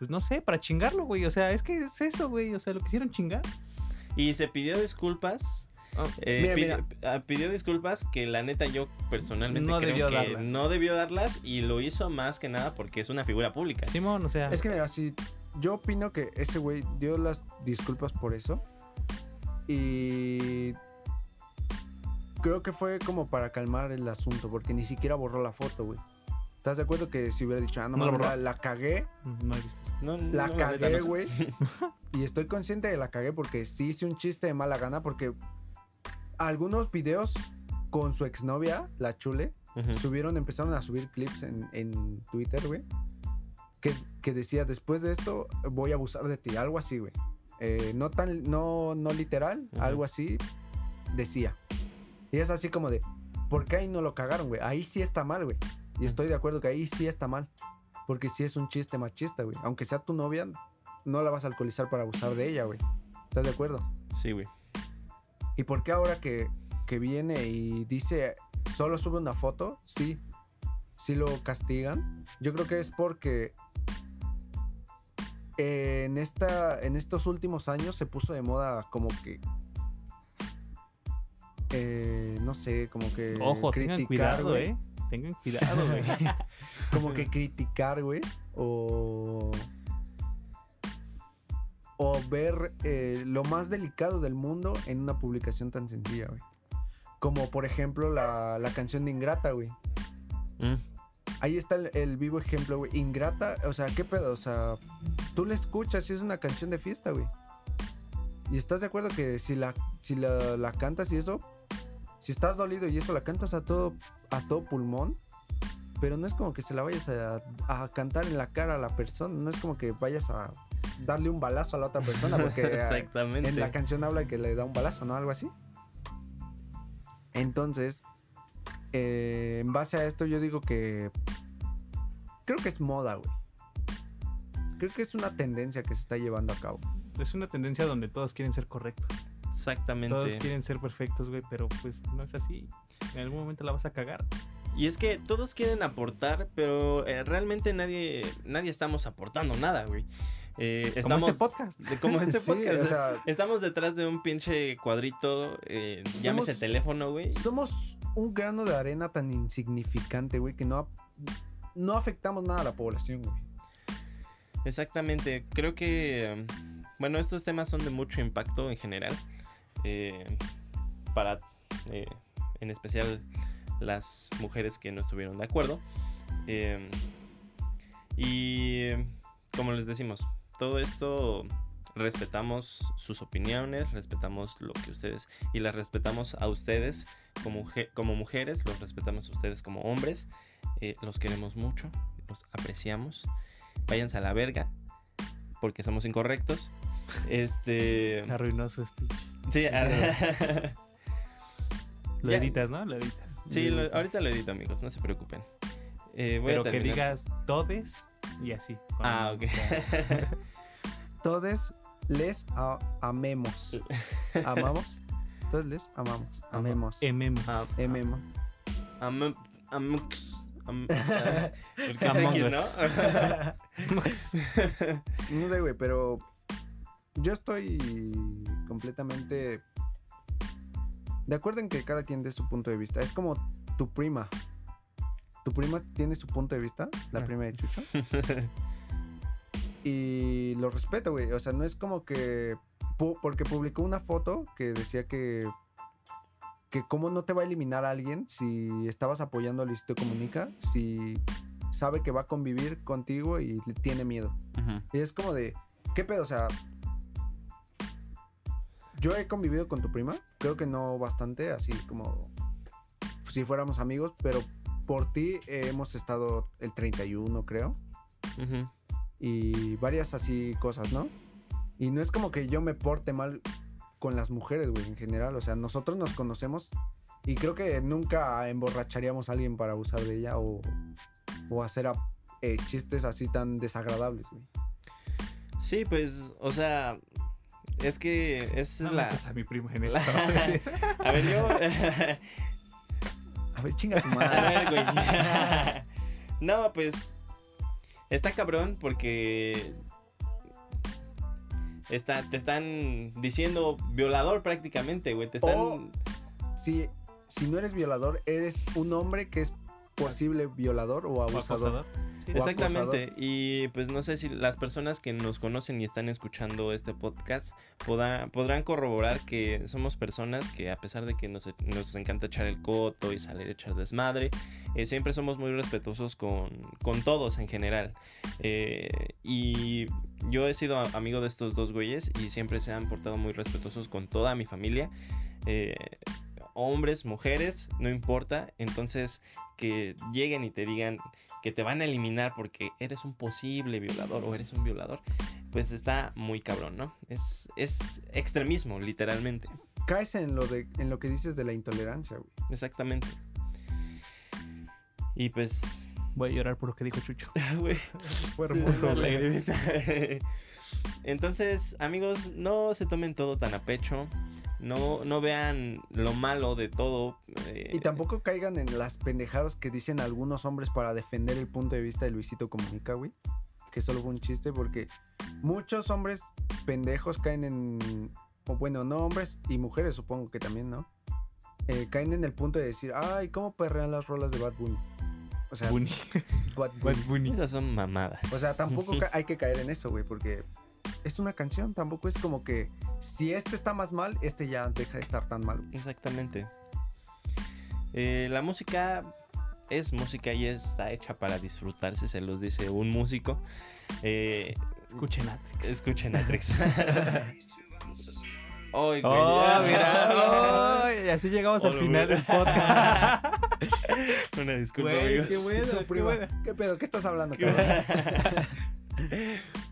Speaker 3: pues no sé, para chingarlo, güey. O sea, es que es eso, güey. O sea, lo quisieron chingar.
Speaker 2: Y se pidió disculpas.
Speaker 3: Ah,
Speaker 2: Eh,
Speaker 1: mira,
Speaker 2: pide- ah, pidió disculpas que la neta yo personalmente
Speaker 3: No
Speaker 2: creo
Speaker 3: debió
Speaker 2: que
Speaker 3: darlas.
Speaker 2: no debió darlas y lo hizo más que nada porque es una figura pública.
Speaker 3: Simón, o sea,
Speaker 1: Es que mira, si yo opino que ese güey dio las disculpas por eso. Y creo que fue como para calmar el asunto, porque ni siquiera borró la foto, güey. ¿Estás de acuerdo que si hubiera dicho, ah, no,
Speaker 3: No la
Speaker 1: mames, la,
Speaker 3: borró.
Speaker 1: la cagué,
Speaker 3: mm, no he visto eso.
Speaker 2: No, no,
Speaker 1: la
Speaker 2: no, neta,
Speaker 1: cagué,
Speaker 2: no sé. (laughs)
Speaker 1: güey? y estoy consciente de la cagué porque sí hice un chiste de mala gana, porque algunos videos con su exnovia, la Chule,
Speaker 2: Ujú.
Speaker 1: subieron, empezaron a subir clips en, en Twitter, güey. Que, que decía, después de esto voy a abusar de ti, algo así, güey. Eh, no tan, no, no literal,
Speaker 2: Ujú.
Speaker 1: algo así decía. Y es así como de, ¿por qué ahí no lo cagaron, güey? Ahí sí está mal, güey. Y estoy de acuerdo que ahí sí está mal. Porque sí es un chiste machista, güey. Aunque sea tu novia, no la vas a alcoholizar para abusar de ella, güey. ¿Estás de acuerdo?
Speaker 2: Sí, güey.
Speaker 1: ¿Y por qué ahora que, que viene y dice solo sube una foto? Sí, sí lo castigan. Yo creo que es porque eh, en, esta, en estos últimos años se puso de moda como que... eh, no sé, como que...
Speaker 3: Ojo, tengan cuidado,
Speaker 1: güey.
Speaker 3: eh. Tengan cuidado, güey.
Speaker 1: Como que criticar, güey. O... O ver eh, lo más delicado del mundo en una publicación tan sencilla, güey. Como por ejemplo la, la canción de Ingrata, güey.
Speaker 2: Mm.
Speaker 1: Ahí está el, el vivo ejemplo, güey. Ingrata, o sea, ¿qué pedo? O sea, tú la escuchas y es una canción de fiesta, güey. Y estás de acuerdo que si la, si la, la cantas y eso, si estás dolido y eso, la cantas a todo, a todo pulmón, pero no es como que se la vayas a, a cantar en la cara a la persona, no es como que vayas a darle un balazo a la otra persona,
Speaker 2: (laughs)
Speaker 1: porque eh,
Speaker 2: Exactamente.
Speaker 1: en la canción habla que le da un balazo, ¿no? Algo así. Entonces, eh, en base a esto yo digo que creo que es moda, güey. Creo que es una tendencia que se está llevando a cabo.
Speaker 3: (laughs) Es una tendencia donde todos quieren ser correctos.
Speaker 2: Exactamente.
Speaker 3: Todos quieren ser perfectos, güey, pero pues no es así. En algún momento la vas a cagar.
Speaker 2: Y es que todos quieren aportar, pero eh, realmente nadie, nadie estamos aportando nada, güey. Eh,
Speaker 3: Como
Speaker 2: estamos,
Speaker 3: este podcast.
Speaker 2: de- como
Speaker 1: (laughs)
Speaker 2: este
Speaker 1: Sí,
Speaker 2: podcast.
Speaker 1: o sea,
Speaker 2: Estamos detrás de un pinche cuadrito, eh,
Speaker 1: Somos-
Speaker 2: llámese teléfono, güey.
Speaker 1: somos un grano de arena tan insignificante, güey, que no, ap- no afectamos nada a la población, güey.
Speaker 2: Exactamente. Creo que, eh, bueno, estos temas son de mucho impacto en general. eh, para, eh, en especial, las mujeres que no estuvieron de acuerdo. Eh, y, eh, como les decimos, todo esto respetamos sus opiniones, respetamos lo que ustedes, y las respetamos a ustedes como, muje- como mujeres, los respetamos a ustedes como hombres. eh, los queremos mucho, los apreciamos váyanse a la verga, porque somos incorrectos.
Speaker 3: (laughs)
Speaker 2: Este.
Speaker 3: Arruinó su speech.
Speaker 2: Sí, ah.
Speaker 3: Lo
Speaker 2: Ya.
Speaker 3: editas, ¿no? Lo editas.
Speaker 2: (laughs) sí lo- ahorita lo edito, amigos, no se preocupen. Eh, voy a
Speaker 3: Pero que
Speaker 2: terminar.
Speaker 3: digas todes y así. con-
Speaker 2: Ah,
Speaker 3: (laughs)
Speaker 2: ok.
Speaker 1: Todos les a-
Speaker 2: (laughs)
Speaker 1: amemos. ¿Amamos? Todos les amamos. Amemos.
Speaker 3: Ememos.
Speaker 2: Ah,
Speaker 1: Ememos.
Speaker 2: Am- amux-
Speaker 3: (laughs)
Speaker 2: am- ah, porque es
Speaker 3: Among
Speaker 2: X, (laughs)
Speaker 3: Us.
Speaker 2: ¿no?
Speaker 1: No sé, güey, pero yo estoy completamente de acuerdo en que cada quien dé su punto de vista. Es como tu prima. Tu prima tiene su punto de vista, la
Speaker 3: Ah.
Speaker 1: prima de Chucho. (laughs) y lo respeto, güey. O sea, no es como que pu- porque publicó una foto que decía que que cómo no te va a eliminar a alguien si estabas apoyando al Instituto Comunica, si sabe que va a convivir contigo y le tiene miedo.
Speaker 2: Ujú.
Speaker 1: Y es como de, ¿qué pedo? O sea, yo he convivido con tu prima, creo que no bastante, así como si fuéramos amigos, pero por ti eh, hemos estado el 31, creo,
Speaker 2: Ujú.
Speaker 1: y varias así cosas, ¿no? Y no es como que yo me porte mal con las mujeres, güey, en general, o sea, nosotros nos conocemos y creo que nunca emborracharíamos a alguien para abusar de ella o, o hacer a- eh, chistes así tan desagradables, güey.
Speaker 2: Sí, pues, o sea, es que es
Speaker 3: No
Speaker 2: la.
Speaker 3: metas a mi prima en esto.
Speaker 2: (laughs) la- a ver,
Speaker 3: (laughs)
Speaker 2: yo. (laughs)
Speaker 1: A ver, chinga tu
Speaker 2: A
Speaker 1: madre.
Speaker 2: ver, güey. (laughs) No, pues. Está cabrón porque. Está, te están diciendo violador prácticamente, güey. Te están.
Speaker 1: O- si, si no eres violador, eres un hombre que es posible violador o
Speaker 3: ¿O
Speaker 1: abusador.
Speaker 3: acosador?
Speaker 1: o
Speaker 2: Exactamente. Y pues no sé si las personas que nos conocen y están escuchando este podcast poda- podrán corroborar que somos personas que a pesar de que nos, nos encanta echar el coto y salir a echar desmadre, eh, siempre somos muy respetuosos con, con todos en general. Eh, y yo he sido a- amigo de estos dos güeyes y siempre se han portado muy respetuosos con toda mi familia. eh, hombres, mujeres, no importa. Entonces que lleguen y te digan que te van a eliminar porque eres un posible violador o eres un violador, pues está muy cabrón, ¿no? Es, es extremismo, literalmente.
Speaker 1: Caes en lo, de, en lo que dices de la intolerancia, güey.
Speaker 2: Exactamente. Y pues... (laughs)
Speaker 3: Voy a llorar por lo que dijo Chucho.
Speaker 2: güey,
Speaker 3: (laughs)
Speaker 2: (laughs)
Speaker 3: Fue
Speaker 2: una
Speaker 3: hermoso, güey.
Speaker 2: lagrimita. (laughs) Entonces, amigos, no se tomen todo tan a pecho. No, no vean lo malo de todo. eh,
Speaker 1: Y tampoco caigan en las pendejadas que dicen algunos hombres para defender el punto de vista de Luisito Comunica, güey. Que solo fue un chiste porque muchos hombres pendejos caen en... O bueno, no hombres y mujeres supongo que también, ¿no? Eh, caen en el punto de decir, ay, ¿cómo perrean las rolas de Bad Bunny? O sea,
Speaker 3: Bunny.
Speaker 1: Bad Bunny.
Speaker 3: Bad Bunny.
Speaker 2: Esas son mamadas.
Speaker 1: O sea, tampoco ca- hay que caer en eso, güey, porque es una canción, tampoco es como que si este está más mal, este ya deja de estar tan mal. güey.
Speaker 2: Exactamente. Eh, la música es música y está hecha para disfrutarse, se los dice un músico. Eh,
Speaker 3: Escuchen Atrix.
Speaker 2: escuchen a
Speaker 3: (laughs)
Speaker 2: Trix. Ay,
Speaker 3: Oh,
Speaker 2: güey.
Speaker 3: mira. oh, y así llegamos al
Speaker 2: Hola,
Speaker 3: final
Speaker 2: güey.
Speaker 3: del podcast.
Speaker 2: (laughs) Una disculpa,
Speaker 3: Güey,
Speaker 2: amigos.
Speaker 3: qué bueno,
Speaker 1: Su
Speaker 3: qué
Speaker 1: prima,
Speaker 3: bueno.
Speaker 1: ¿Qué pedo? ¿Qué estás hablando?
Speaker 2: (laughs) Qué
Speaker 1: cabrón?
Speaker 2: bueno. (laughs)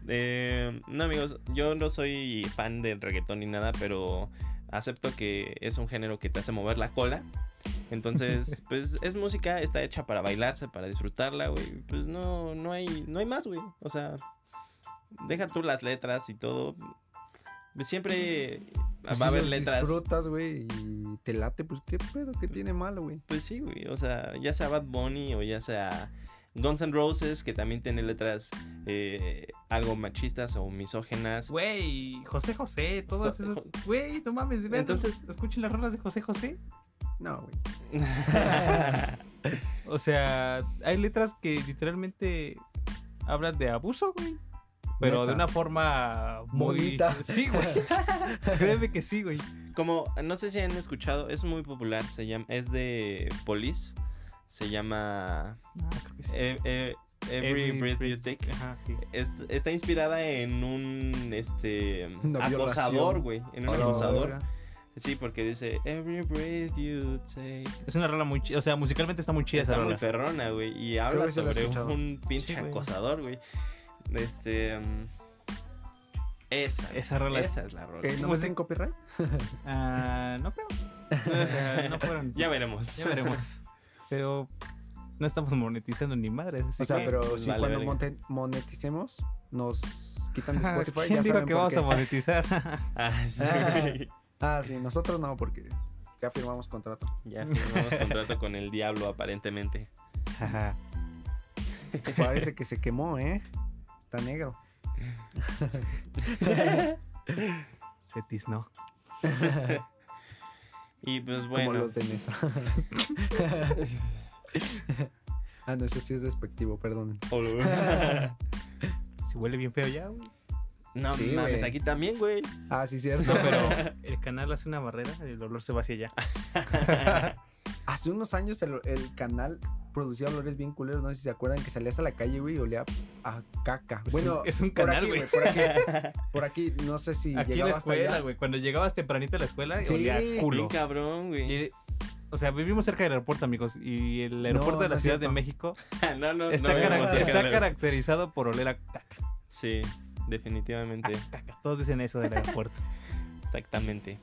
Speaker 2: Eh, no amigos, yo no soy fan del reggaetón ni nada, pero acepto que es un género que te hace mover la cola.
Speaker 1: (laughs)
Speaker 2: Entonces, pues es música, está hecha para bailarse, para disfrutarla, güey. Pues no, no hay, no hay más, güey. O sea, deja tú las letras y todo. Siempre
Speaker 1: Pues
Speaker 2: va a
Speaker 1: si
Speaker 2: haber
Speaker 1: los
Speaker 2: letras.
Speaker 1: disfrutas, güey, y te late, pues qué pedo, qué tiene malo, güey.
Speaker 2: Pues sí, güey. O sea, ya sea Bad Bunny o ya sea Guns N' Roses, que también tiene letras eh, algo machistas o misógenas.
Speaker 3: Güey, José José, todas
Speaker 2: Jo-
Speaker 3: esas. Güey, no mames, vean,
Speaker 2: Entonces-
Speaker 3: escuchen las rolas de José José.
Speaker 1: No, güey.
Speaker 3: O sea, hay letras que literalmente hablan de abuso, güey. Pero
Speaker 1: Neta.
Speaker 3: de una forma muy.
Speaker 1: Bonita.
Speaker 3: Sí, güey. Créeme que sí, güey.
Speaker 2: (laughs) Como, no sé si han escuchado, es muy popular, se llama, es de Police, se llama
Speaker 3: Ah, creo que sí.
Speaker 2: eh, eh, Every,
Speaker 3: Every
Speaker 2: Breath You
Speaker 3: breath. eh.
Speaker 2: Take.
Speaker 3: Ajá, sí.
Speaker 2: Es- está inspirada en un este
Speaker 1: Una
Speaker 2: acosador,
Speaker 1: violación.
Speaker 2: güey. En un
Speaker 3: Sí.
Speaker 2: acosador.
Speaker 1: Ahora,
Speaker 2: Sí, porque dice Every breath you take.
Speaker 3: Es una rola muy chida. O sea, musicalmente está muy chida
Speaker 2: está
Speaker 3: esa
Speaker 2: muy
Speaker 3: rola.
Speaker 2: perrona, güey. Y habla
Speaker 1: que sí la he
Speaker 2: sobre
Speaker 1: escuchado.
Speaker 2: un pinche
Speaker 3: Sí, güey.
Speaker 2: acosador, güey. Este. mm, Esa. güey.
Speaker 3: Esa rola es-
Speaker 2: Esa es la rola.
Speaker 1: ¿eh, ¿No me
Speaker 3: Pues-
Speaker 1: hacen copyright?
Speaker 3: Ah,
Speaker 2: (laughs)
Speaker 3: no creo. O sea, no fueron.
Speaker 2: ya veremos.
Speaker 3: Ya veremos. Pero no estamos monetizando ni madres. así
Speaker 1: O sea,
Speaker 3: que-
Speaker 1: pero
Speaker 2: pues
Speaker 1: si
Speaker 2: vale,
Speaker 1: cuando
Speaker 2: verga.
Speaker 1: monte- moneticemos, nos quitan de
Speaker 3: Ajá,
Speaker 1: Spotify,
Speaker 3: Ah, ¿quién
Speaker 1: ya
Speaker 3: dijo
Speaker 1: saben
Speaker 3: que
Speaker 1: por
Speaker 3: vamos
Speaker 1: qué.
Speaker 3: a
Speaker 1: (laughs)
Speaker 3: monetizar?
Speaker 2: (laughs) Ah, sí,
Speaker 1: Ah.
Speaker 2: güey.
Speaker 1: Ah, sí, nosotros no, porque ya firmamos contrato.
Speaker 2: Ya firmamos contrato con el diablo, aparentemente.
Speaker 3: Ajá.
Speaker 1: Parece que se quemó, ¿eh? Está negro.
Speaker 3: Cetis no.
Speaker 2: Y pues
Speaker 1: Como
Speaker 2: bueno.
Speaker 1: los de
Speaker 3: (laughs)
Speaker 1: mesa. ah, no, eso sí es despectivo, perdón.
Speaker 2: Oh.
Speaker 1: (laughs)
Speaker 3: Si huele bien feo ya, güey.
Speaker 2: no
Speaker 1: Sí,
Speaker 2: mames,
Speaker 1: güey.
Speaker 2: aquí también, güey.
Speaker 1: Ah, sí, cierto.
Speaker 3: No, pero (laughs) el canal hace una barrera y el olor se va hacia allá.
Speaker 1: (laughs) Hace unos años el, el canal producía olores bien culeros, no sé si se acuerdan que salías a la calle, güey, y olía a caca.
Speaker 3: Es
Speaker 1: bueno,
Speaker 3: un- Pues es un
Speaker 1: por
Speaker 3: canal,
Speaker 1: aquí,
Speaker 3: güey.
Speaker 1: Por aquí,
Speaker 3: (laughs)
Speaker 1: por aquí, no sé si
Speaker 3: Aquí en
Speaker 1: llegaba
Speaker 3: la
Speaker 1: hasta allá.
Speaker 3: escuela, güey. Cuando llegabas tempranito a la escuela,
Speaker 1: Sí.
Speaker 3: olía a
Speaker 2: Bien
Speaker 3: culo.
Speaker 2: cabrón, güey.
Speaker 3: Y, o sea, vivimos cerca del aeropuerto, amigos. Y el aeropuerto
Speaker 1: No,
Speaker 3: de la
Speaker 1: no es
Speaker 3: Ciudad de
Speaker 1: cierto.
Speaker 3: México
Speaker 2: (laughs) no, no,
Speaker 3: está,
Speaker 2: no
Speaker 3: cara-
Speaker 2: vemos
Speaker 3: está
Speaker 2: el-
Speaker 3: caracterizado por oler a caca.
Speaker 2: Sí, definitivamente.
Speaker 3: caca. Todos dicen eso del aeropuerto.
Speaker 2: Exactamente.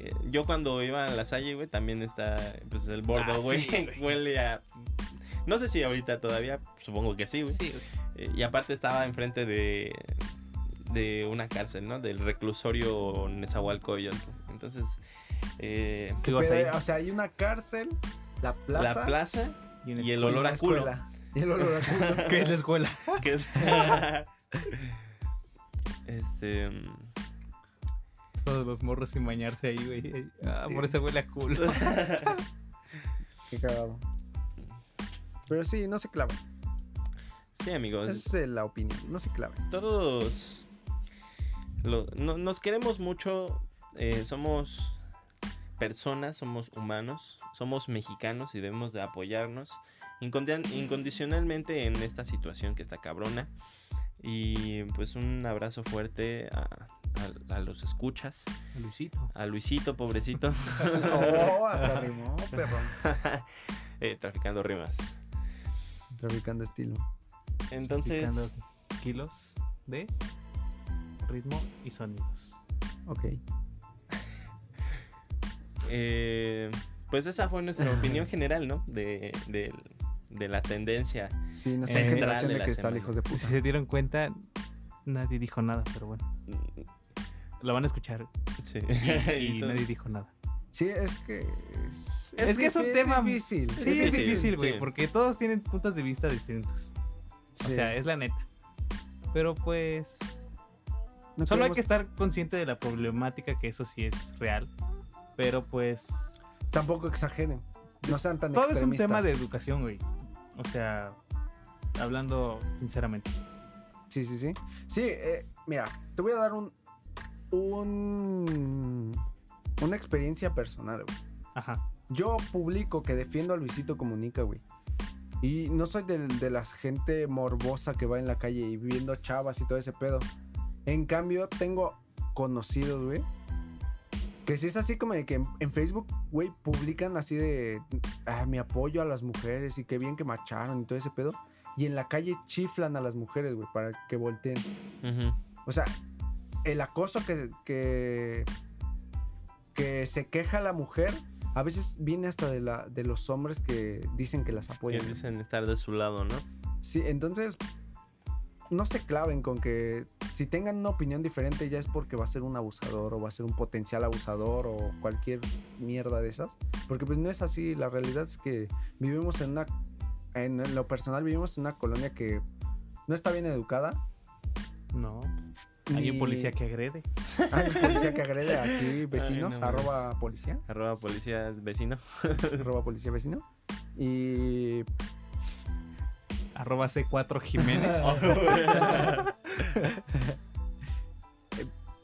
Speaker 2: Eh, Yo cuando iba a la Salle, güey, también está, pues, el bordo,
Speaker 3: Ah, sí,
Speaker 2: güey, (laughs)
Speaker 3: güey.
Speaker 2: huele a... No sé si ahorita todavía, supongo que sí, güey.
Speaker 3: sí, güey.
Speaker 2: Eh, Y aparte estaba enfrente de, de una cárcel, ¿no? Del reclusorio Nezahualcóyotl. Entonces, eh,
Speaker 3: ¿Qué
Speaker 1: Pero,
Speaker 3: vas ahí?
Speaker 1: o sea, hay una cárcel, la plaza
Speaker 2: la
Speaker 3: (laughs)
Speaker 2: plaza,
Speaker 3: una
Speaker 2: (laughs) y el
Speaker 1: y
Speaker 3: escuela.
Speaker 2: olor
Speaker 1: una
Speaker 2: a culo.
Speaker 1: escuela. Y el olor a
Speaker 3: (laughs)
Speaker 1: culo.
Speaker 3: ¿Qué es la escuela?
Speaker 2: que (laughs) es- este... mm,
Speaker 3: Todos los morros sin bañarse ahí, güey. Ah,
Speaker 1: Sí.
Speaker 3: Por eso huele a culo.
Speaker 1: Qué cagado. Pero sí, no se clavan.
Speaker 2: Sí, amigos.
Speaker 3: Pues
Speaker 1: Esa es la opinión, no se
Speaker 3: (laughs)
Speaker 1: claven.
Speaker 2: todos lo- no- nos queremos mucho, eh, somos personas, somos humanos, somos mexicanos y debemos de apoyarnos incondi- incondicionalmente en esta situación que está cabrona. Y pues un abrazo fuerte a, a- a los escuchas,
Speaker 3: Luisito.
Speaker 2: a Luisito, pobrecito, (laughs)
Speaker 1: Oh, hasta rimó, perro.
Speaker 2: eh, traficando rimas.
Speaker 1: Traficando estilo.
Speaker 2: Entonces,
Speaker 3: Picando kilos de ritmo y sonidos.
Speaker 1: Ok.
Speaker 2: eh, pues esa fue nuestra opinión general, ¿no? De, del- de la tendencia
Speaker 1: Sí, no sé,
Speaker 3: Eh,
Speaker 1: generación
Speaker 2: de
Speaker 1: de
Speaker 2: la
Speaker 1: cristal,
Speaker 2: semana.
Speaker 1: hijos de
Speaker 3: Si
Speaker 1: puta.
Speaker 3: se dieron cuenta, nadie dijo nada, pero bueno. Lo van a escuchar
Speaker 2: Sí. (laughs)
Speaker 3: y
Speaker 2: todo.
Speaker 3: nadie dijo nada.
Speaker 1: Sí, es que. Es,
Speaker 3: Es que es un
Speaker 1: difí-
Speaker 3: tema-
Speaker 1: difícil.
Speaker 3: Sí, es
Speaker 2: difícil,
Speaker 3: difícil, güey,
Speaker 2: sí.
Speaker 3: porque todos tienen puntos de vista distintos. O
Speaker 1: Sí.
Speaker 3: sea, es la neta. Pero pues,
Speaker 1: No
Speaker 3: solo hay
Speaker 1: queremos-
Speaker 3: que estar consciente de la problemática, que eso sí es real. Pero pues,
Speaker 1: Tampoco exageren. No sean tan
Speaker 3: todo es un
Speaker 1: extremistas.
Speaker 3: tema de educación, güey. O sea, hablando sinceramente.
Speaker 1: Sí, sí, sí. Sí, eh, mira, te voy a dar un. Un. Una experiencia personal, güey.
Speaker 3: Ajá.
Speaker 1: Yo publico que defiendo a Luisito Comunica, güey. Y no soy de, de la gente morbosa que va en la calle y viendo chavas y todo ese pedo. En cambio, tengo conocidos, güey. Que si es así como de que en, en Facebook, güey, publican así de ah, mi apoyo a las mujeres y qué bien que marcharon y todo ese pedo. Y en la calle chiflan a las mujeres, güey, para que volteen.
Speaker 2: Ujú.
Speaker 1: O sea, el acoso que, que, que se queja la mujer a veces viene hasta de, la, de los hombres que dicen que las
Speaker 2: Que
Speaker 1: apoyan. güey.
Speaker 2: dicen Pues, estar de su lado, ¿no?
Speaker 1: Sí, entonces no se claven con que si tengan una opinión diferente ya es porque va a ser un abusador o va a ser un potencial abusador o cualquier mierda de esas. Porque pues no es así, la realidad es que vivimos en una, en lo personal vivimos en una colonia que no está bien educada.
Speaker 3: No. Hay un
Speaker 1: ni-
Speaker 3: policía que agrede.
Speaker 1: Hay un Ah, policía que agrede aquí vecinos,
Speaker 2: Ay, no
Speaker 1: arroba
Speaker 3: (laughs)
Speaker 1: policía,
Speaker 2: Arroba policía vecino. (laughs)
Speaker 1: arroba policía vecino. Y
Speaker 3: Arroba C4 Jiménez.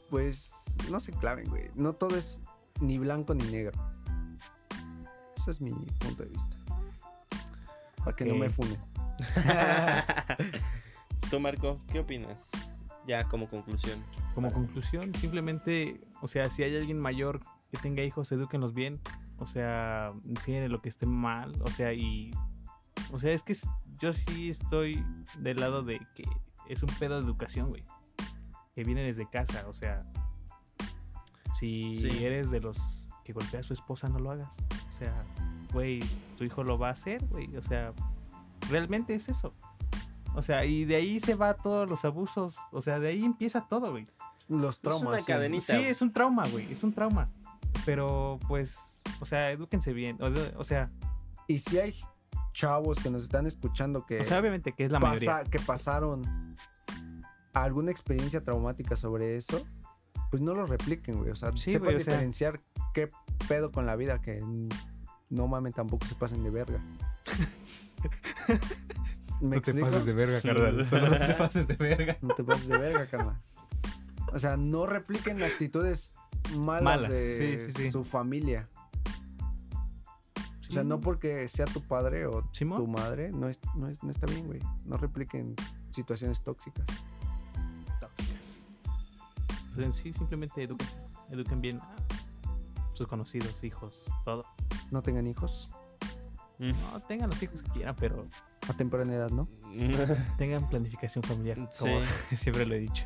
Speaker 1: pues no se claven, güey. No todo es ni blanco ni negro. Ese es mi punto de vista. Para que no
Speaker 3: Ok.
Speaker 1: me funen.
Speaker 2: Tú, Marco, ¿qué opinas? Ya como conclusión.
Speaker 3: Como conclusión, simplemente, o sea, si hay alguien mayor que tenga hijos, edúquenlos bien. O sea, enséñenle lo que esté mal. O sea, y. O sea, es que es- yo sí estoy del lado de que es un pedo de educación, güey. Que viene desde casa. O sea, si
Speaker 2: Sí.
Speaker 3: eres de los que golpea a su esposa, no lo hagas. O sea, güey, tu hijo lo va a hacer, güey. O sea, realmente es eso. O sea, y de ahí se va todos los abusos. O sea, de ahí empieza todo, güey.
Speaker 1: Los traumas.
Speaker 2: Pues una
Speaker 1: sí.
Speaker 2: cadenita.
Speaker 3: Sí, es un trauma, güey, es un trauma. Pero pues, o sea, edúquense bien. O, de- o sea,
Speaker 1: Y si hay chavos que nos están escuchando que,
Speaker 3: o sea, obviamente que es la
Speaker 1: Eh, pasa-
Speaker 3: mayoría.
Speaker 1: que pasaron alguna experiencia traumática sobre eso, pues no lo repliquen, güey. O sea,
Speaker 3: Sí,
Speaker 1: sepan
Speaker 3: güey, o sea-
Speaker 1: diferenciar qué pedo con la vida que n- no mamen tampoco se pasen de
Speaker 3: (laughs)
Speaker 1: verga. ¿Me explico?
Speaker 3: verga,
Speaker 2: carnal. Solo no te
Speaker 3: pases de verga.
Speaker 1: No te pases de verga, carnal. O sea, no repliquen actitudes malas,
Speaker 3: Malas,
Speaker 1: de
Speaker 3: sí, sí, sí.
Speaker 1: su familia. O sea, no porque sea tu padre o
Speaker 3: Simón.
Speaker 1: tu madre, no, es, no, es, no está bien, güey. No repliquen situaciones tóxicas.
Speaker 3: Tóxicas. Pues en sí, simplemente edúquense. Eduquen bien a sus conocidos, hijos, todo.
Speaker 1: No tengan hijos
Speaker 2: Mm.
Speaker 3: No, tengan los hijos que quieran, pero
Speaker 1: a temprana edad, ¿no?
Speaker 3: tengan planificación familiar,
Speaker 2: Sí.
Speaker 3: como (laughs) siempre lo he dicho.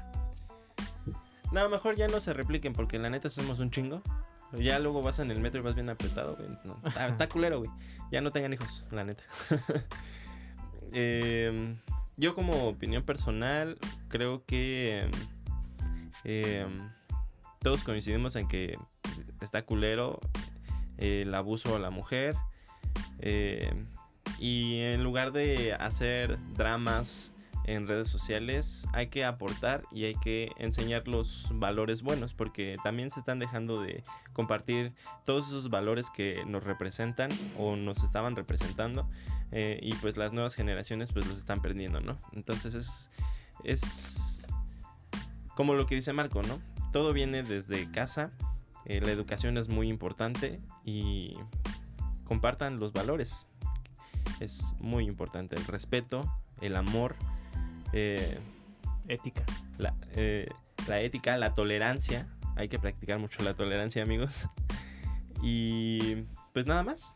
Speaker 2: No, mejor ya no se repliquen porque la neta somos un chingo. Ya luego vas en el metro y vas bien apretado, güey. No, está, está culero, güey. Ya no tengan hijos, la neta. (laughs) Eh, yo como opinión personal creo que eh, todos coincidimos en que está culero eh, el abuso a la mujer. eh, y en lugar de hacer dramas en redes sociales hay que aportar y hay que enseñar los valores buenos porque también se están dejando de compartir todos esos valores que nos representan o nos estaban representando eh, y pues las nuevas generaciones pues los están perdiendo, ¿no? Entonces es, es como lo que dice Marco, ¿no? Todo viene desde casa, eh, la educación es muy importante y compartan los valores. Es muy importante el respeto, el amor, eh,
Speaker 3: Ética.
Speaker 2: la, eh, la ética, la tolerancia. Hay que practicar mucho la tolerancia, amigos. Y pues nada más.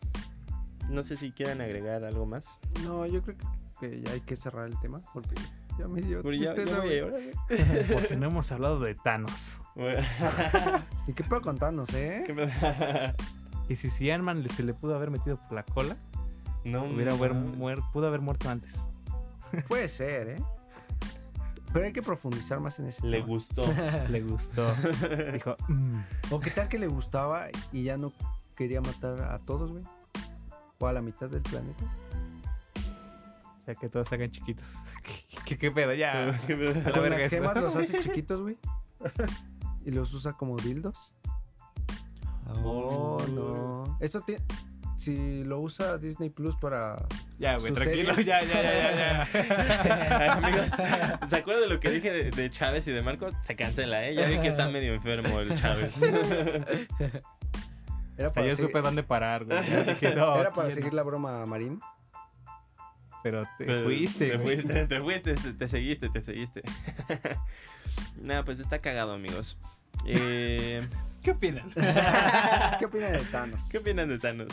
Speaker 2: No sé si quieran agregar algo más.
Speaker 1: No, yo creo que ya hay que cerrar el tema porque ya me dio
Speaker 2: Pero ya- ya
Speaker 1: tristeza,
Speaker 2: voy a
Speaker 1: güey.
Speaker 2: llorar, güey.
Speaker 3: Porque no hemos hablado de Thanos.
Speaker 2: Bueno,
Speaker 1: ¿Y qué puedo contarnos, eh?
Speaker 2: (laughs) ¿qué me-
Speaker 3: Y si si Ant-Man se le pudo haber metido por la cola,
Speaker 2: Mm, no
Speaker 3: hubiera haber
Speaker 2: mames.
Speaker 3: muer- pudo haber muerto antes.
Speaker 1: (laughs) Puede ser, ¿eh? Pero hay que profundizar más en ese
Speaker 2: Le
Speaker 1: tema.
Speaker 3: (laughs)
Speaker 2: gustó. (laughs)
Speaker 3: Le gustó. Dijo, "Mm,
Speaker 1: O qué tal que le gustaba y ya no quería matar a todos, güey. O a la mitad del planeta.
Speaker 3: o sea, que todos se hagan chiquitos. (laughs) ¿Qué, qué, qué pedo? Ya.
Speaker 2: ¿Qué me-
Speaker 3: La
Speaker 1: Con
Speaker 3: verga
Speaker 1: las
Speaker 3: esto.
Speaker 1: gemas los
Speaker 3: (laughs)
Speaker 1: hace chiquitos, güey. Y los usa como dildos. Oh,
Speaker 2: Oh,
Speaker 1: no. Eso tiene. Si lo usa Disney Plus para.
Speaker 3: Ya, güey,
Speaker 1: Sus
Speaker 3: tranquilo.
Speaker 1: series.
Speaker 3: Ya, ya, ya, ya.
Speaker 2: Ay, (laughs) amigos, ¿se acuerdan de lo que dije de, de Chávez y de Marco? Se cancela, ¿eh? Ya vi que está medio enfermo el Chávez.
Speaker 1: Era
Speaker 3: O sea,
Speaker 1: para,
Speaker 3: yo
Speaker 1: segui-
Speaker 3: supe dónde parar, güey. Yo dije, no,
Speaker 1: era para
Speaker 3: aquí
Speaker 1: seguir
Speaker 3: no.
Speaker 1: la broma a
Speaker 3: (laughs)
Speaker 1: Marín.
Speaker 3: Pero te
Speaker 2: Pero
Speaker 3: fuiste,
Speaker 2: Te
Speaker 3: güey.
Speaker 2: fuiste, te fuiste, se- te seguiste, te seguiste. (laughs) Nada, pues está cagado, amigos.
Speaker 3: (laughs)
Speaker 2: Eh,
Speaker 3: ¿Qué opinan?
Speaker 1: ¿Qué opinan de Thanos?
Speaker 2: ¿Qué opinan de Thanos?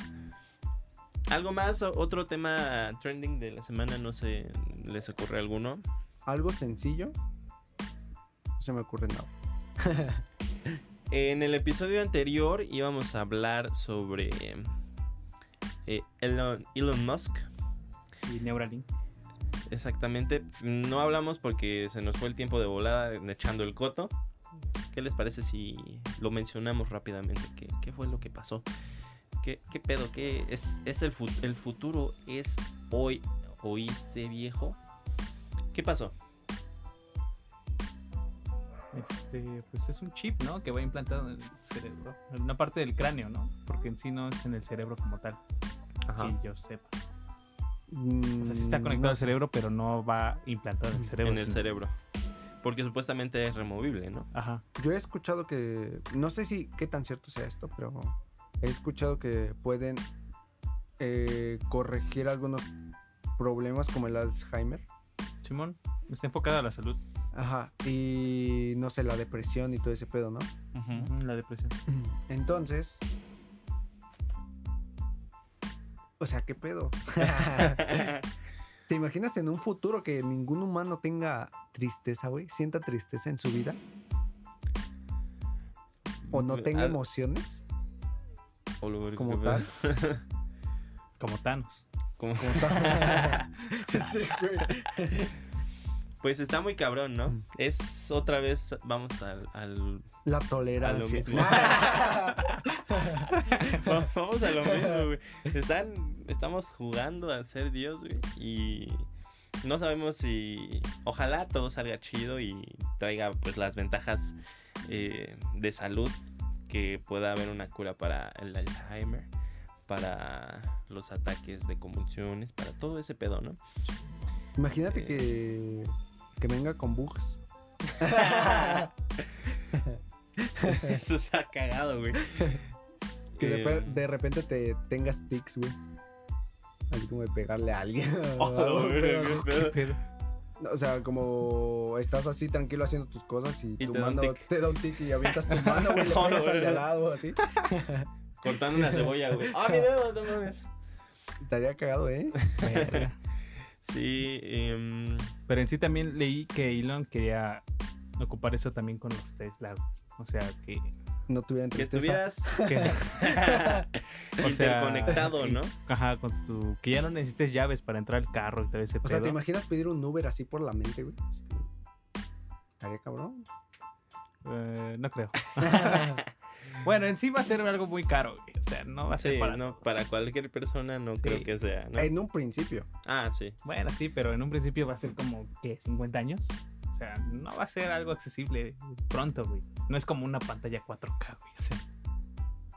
Speaker 2: ¿Algo más? O- ¿Otro tema trending de la semana? No sé, ¿les ocurre alguno?
Speaker 1: Algo sencillo. No se me ocurre nada.
Speaker 2: En el episodio anterior íbamos a hablar sobre eh, Elon, Elon Musk.
Speaker 3: Y Neuralink.
Speaker 2: Exactamente. No hablamos porque se nos fue el tiempo de volada echando el coto. ¿Qué les parece si lo mencionamos rápidamente? ¿Qué, qué fue lo que pasó? ¿Qué, qué pedo? ¿Qué es, es el, fut- el futuro? ¿Es hoy? ¿Oíste, viejo? ¿Qué pasó?
Speaker 3: Este, pues es un chip, ¿no? Que va implantado en el cerebro. En una parte del cráneo, ¿no? Porque en sí no es en el cerebro como tal. Que yo sepa. O sea, sí
Speaker 1: Mm,
Speaker 3: está conectado al cerebro, pero no va implantado en el cerebro.
Speaker 2: en el
Speaker 3: sino-
Speaker 2: cerebro. Porque supuestamente es removible, ¿no?
Speaker 3: Ajá.
Speaker 1: Yo he escuchado que. No sé si qué tan cierto sea esto, pero he escuchado que pueden eh, corregir algunos problemas como el Alzheimer.
Speaker 3: Simón, está enfocado a la salud,
Speaker 1: Ajá. Y no sé, la depresión y todo ese pedo, ¿no?
Speaker 3: la depresión.
Speaker 1: Entonces. O sea, ¿qué pedo? ¿Te imaginas en un futuro que ningún humano tenga tristeza, güey? ¿Sienta tristeza en su vida? ¿O no tenga
Speaker 2: Ah,
Speaker 1: emociones?
Speaker 2: o lo verga,
Speaker 1: como
Speaker 2: qué
Speaker 1: tal.
Speaker 2: pedo.
Speaker 3: Como Thanos.
Speaker 2: Como- (laughs)
Speaker 1: Como tal. Sí, güey.
Speaker 2: Pues está muy cabrón, ¿no?
Speaker 1: Mm.
Speaker 2: Es otra vez, vamos al- al
Speaker 1: La
Speaker 2: A lo
Speaker 1: tolerancia.
Speaker 2: mismo. Va- (laughs) Vamos a lo mismo, güey. Están, estamos jugando a ser Dios, güey. Y no sabemos si. Ojalá todo salga chido y traiga pues las ventajas eh, de salud. Que pueda haber una cura para el Alzheimer, para los ataques de convulsiones, para todo ese pedo, (laughs) ¿no?
Speaker 1: (laughs) Imagínate
Speaker 2: Eh.
Speaker 1: que, que venga con bugs.
Speaker 2: Eso está cagado, güey.
Speaker 1: Que de,
Speaker 2: Eh,
Speaker 1: pe- de repente te tengas tics, güey. Así como de pegarle a
Speaker 2: (laughs)
Speaker 1: alguien. o
Speaker 2: (laughs) oh,
Speaker 1: algo,
Speaker 2: güey,
Speaker 1: pero-
Speaker 2: qué pedo.
Speaker 1: O sea, como estás así tranquilo haciendo tus cosas y,
Speaker 2: Y
Speaker 1: tu
Speaker 2: te da un
Speaker 1: mano
Speaker 2: tic.
Speaker 1: te da un tic y avientas tu
Speaker 2: (laughs)
Speaker 1: mano, güey, le
Speaker 2: No,
Speaker 1: pegas al de
Speaker 2: güey.
Speaker 1: al lado, así.
Speaker 2: Cortando una cebolla, güey. (laughs) ¡Ah, mi dedo! No mames.
Speaker 1: Estaría cagado, ¿eh?
Speaker 3: Verga.
Speaker 2: Sí, em,
Speaker 3: Pero en sí también leí que Elon quería ocupar eso también con los Tesla. güey. O sea, que...
Speaker 1: No tuvieran
Speaker 2: que
Speaker 1: tristeza.
Speaker 2: estuvieras (laughs)
Speaker 3: que- (laughs) O sea, eh,
Speaker 2: interconectado, ¿no?
Speaker 3: Ajá, con tu... Que ya no necesites llaves para entrar al carro y todo ese
Speaker 1: O sea,
Speaker 3: pedo.
Speaker 1: ¿te imaginas pedir un Uber así por la mente, güey? Así como, Estaría cabrón.
Speaker 3: Eh,
Speaker 1: (laughs)
Speaker 3: no creo. (laughs) bueno, en sí va a ser algo muy caro, güey. O sea, no va a ser
Speaker 2: Sí,
Speaker 3: para...
Speaker 2: no, para cualquier persona no
Speaker 3: Sí.
Speaker 2: creo que sea, ¿no?
Speaker 1: En un principio.
Speaker 2: Ah, sí.
Speaker 3: Bueno, sí, pero en un principio va a ser como, ¿qué? ¿50 años? O sea, no va a ser algo accesible pronto, güey. No es como una pantalla 4K, güey. O sea,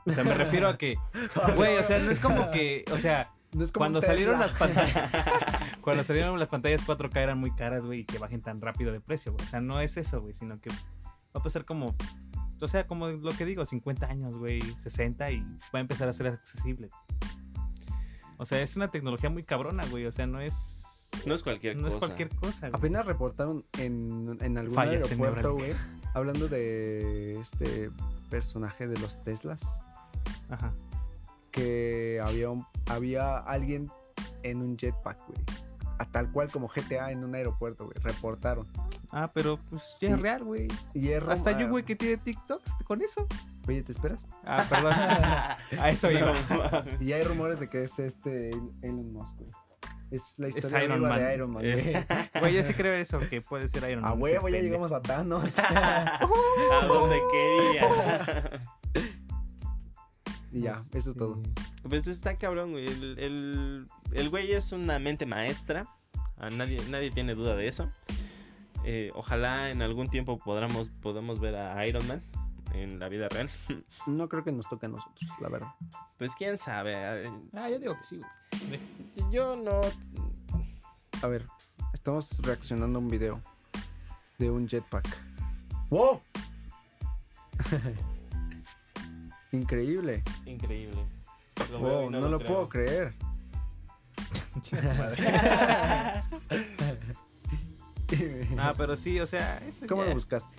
Speaker 3: o sea me refiero
Speaker 1: (laughs)
Speaker 3: a que, güey, o sea, no es como que, o sea,
Speaker 1: No es como
Speaker 3: cuando
Speaker 1: un
Speaker 3: salieron
Speaker 1: Tesla.
Speaker 3: las pantallas,
Speaker 1: (laughs)
Speaker 3: cuando salieron las pantallas 4K eran muy caras, güey, y que bajen tan rápido de precio, güey. O sea, no es eso, güey, sino que va a pasar como, o sea, como lo que digo, 50 años, güey, 60 y va a empezar a ser accesible. O sea, es una tecnología muy cabrona, güey. O sea, no es
Speaker 2: No es cualquier
Speaker 3: no
Speaker 2: cosa.
Speaker 3: es cualquier cosa. güey.
Speaker 1: Apenas reportaron en, en algún
Speaker 3: Fallas en
Speaker 1: aeropuerto, güey, hablando de este personaje de los Teslas,
Speaker 3: Ajá.
Speaker 1: que había, un- había alguien en un jetpack, güey. A tal cual como GTA en un aeropuerto, güey. Reportaron.
Speaker 3: Ah, pero pues ya es real, güey.
Speaker 1: Y es rom-
Speaker 3: Hasta yo,
Speaker 1: ah,
Speaker 3: güey, que tiene TikToks con eso.
Speaker 1: Oye, ¿te esperas?
Speaker 3: Ah, perdón. (laughs) a eso iba.
Speaker 1: Y ya hay rumores de que es este Elon Musk, güey. Es la
Speaker 3: Es
Speaker 1: historia
Speaker 3: Iron
Speaker 1: viva
Speaker 3: Man.
Speaker 1: de Iron Man,
Speaker 3: (laughs)
Speaker 1: güey.
Speaker 3: Güey, yo sí creo eso, que puede ser Iron Man.
Speaker 1: A
Speaker 3: ese
Speaker 1: huevo, ya
Speaker 3: pendejo.
Speaker 1: llegamos a Thanos. (laughs)
Speaker 2: (laughs) A donde
Speaker 3: (laughs)
Speaker 2: quería.
Speaker 1: y ya, eso es todo.
Speaker 2: Pues está cabrón, güey. El, el- el güey es una mente maestra. A nadie, nadie tiene duda de eso. Eh, ojalá en algún tiempo podamos, podamos ver a Iron Man en la vida real.
Speaker 1: No creo que nos toque a nosotros, la verdad.
Speaker 2: Pues quién sabe. eh,
Speaker 3: Ah, yo digo que sí, güey.
Speaker 2: Yo no.
Speaker 1: A ver, estamos reaccionando a un video de un jetpack. ¡Wow! (laughs) Increíble.
Speaker 2: Increíble. Lo
Speaker 1: Wow,
Speaker 2: veo y
Speaker 1: no, lo,
Speaker 2: creo.
Speaker 1: puedo creer. (laughs)
Speaker 3: Ah, pero sí, o sea, eso
Speaker 1: ¿Cómo
Speaker 3: ya-
Speaker 1: lo buscaste?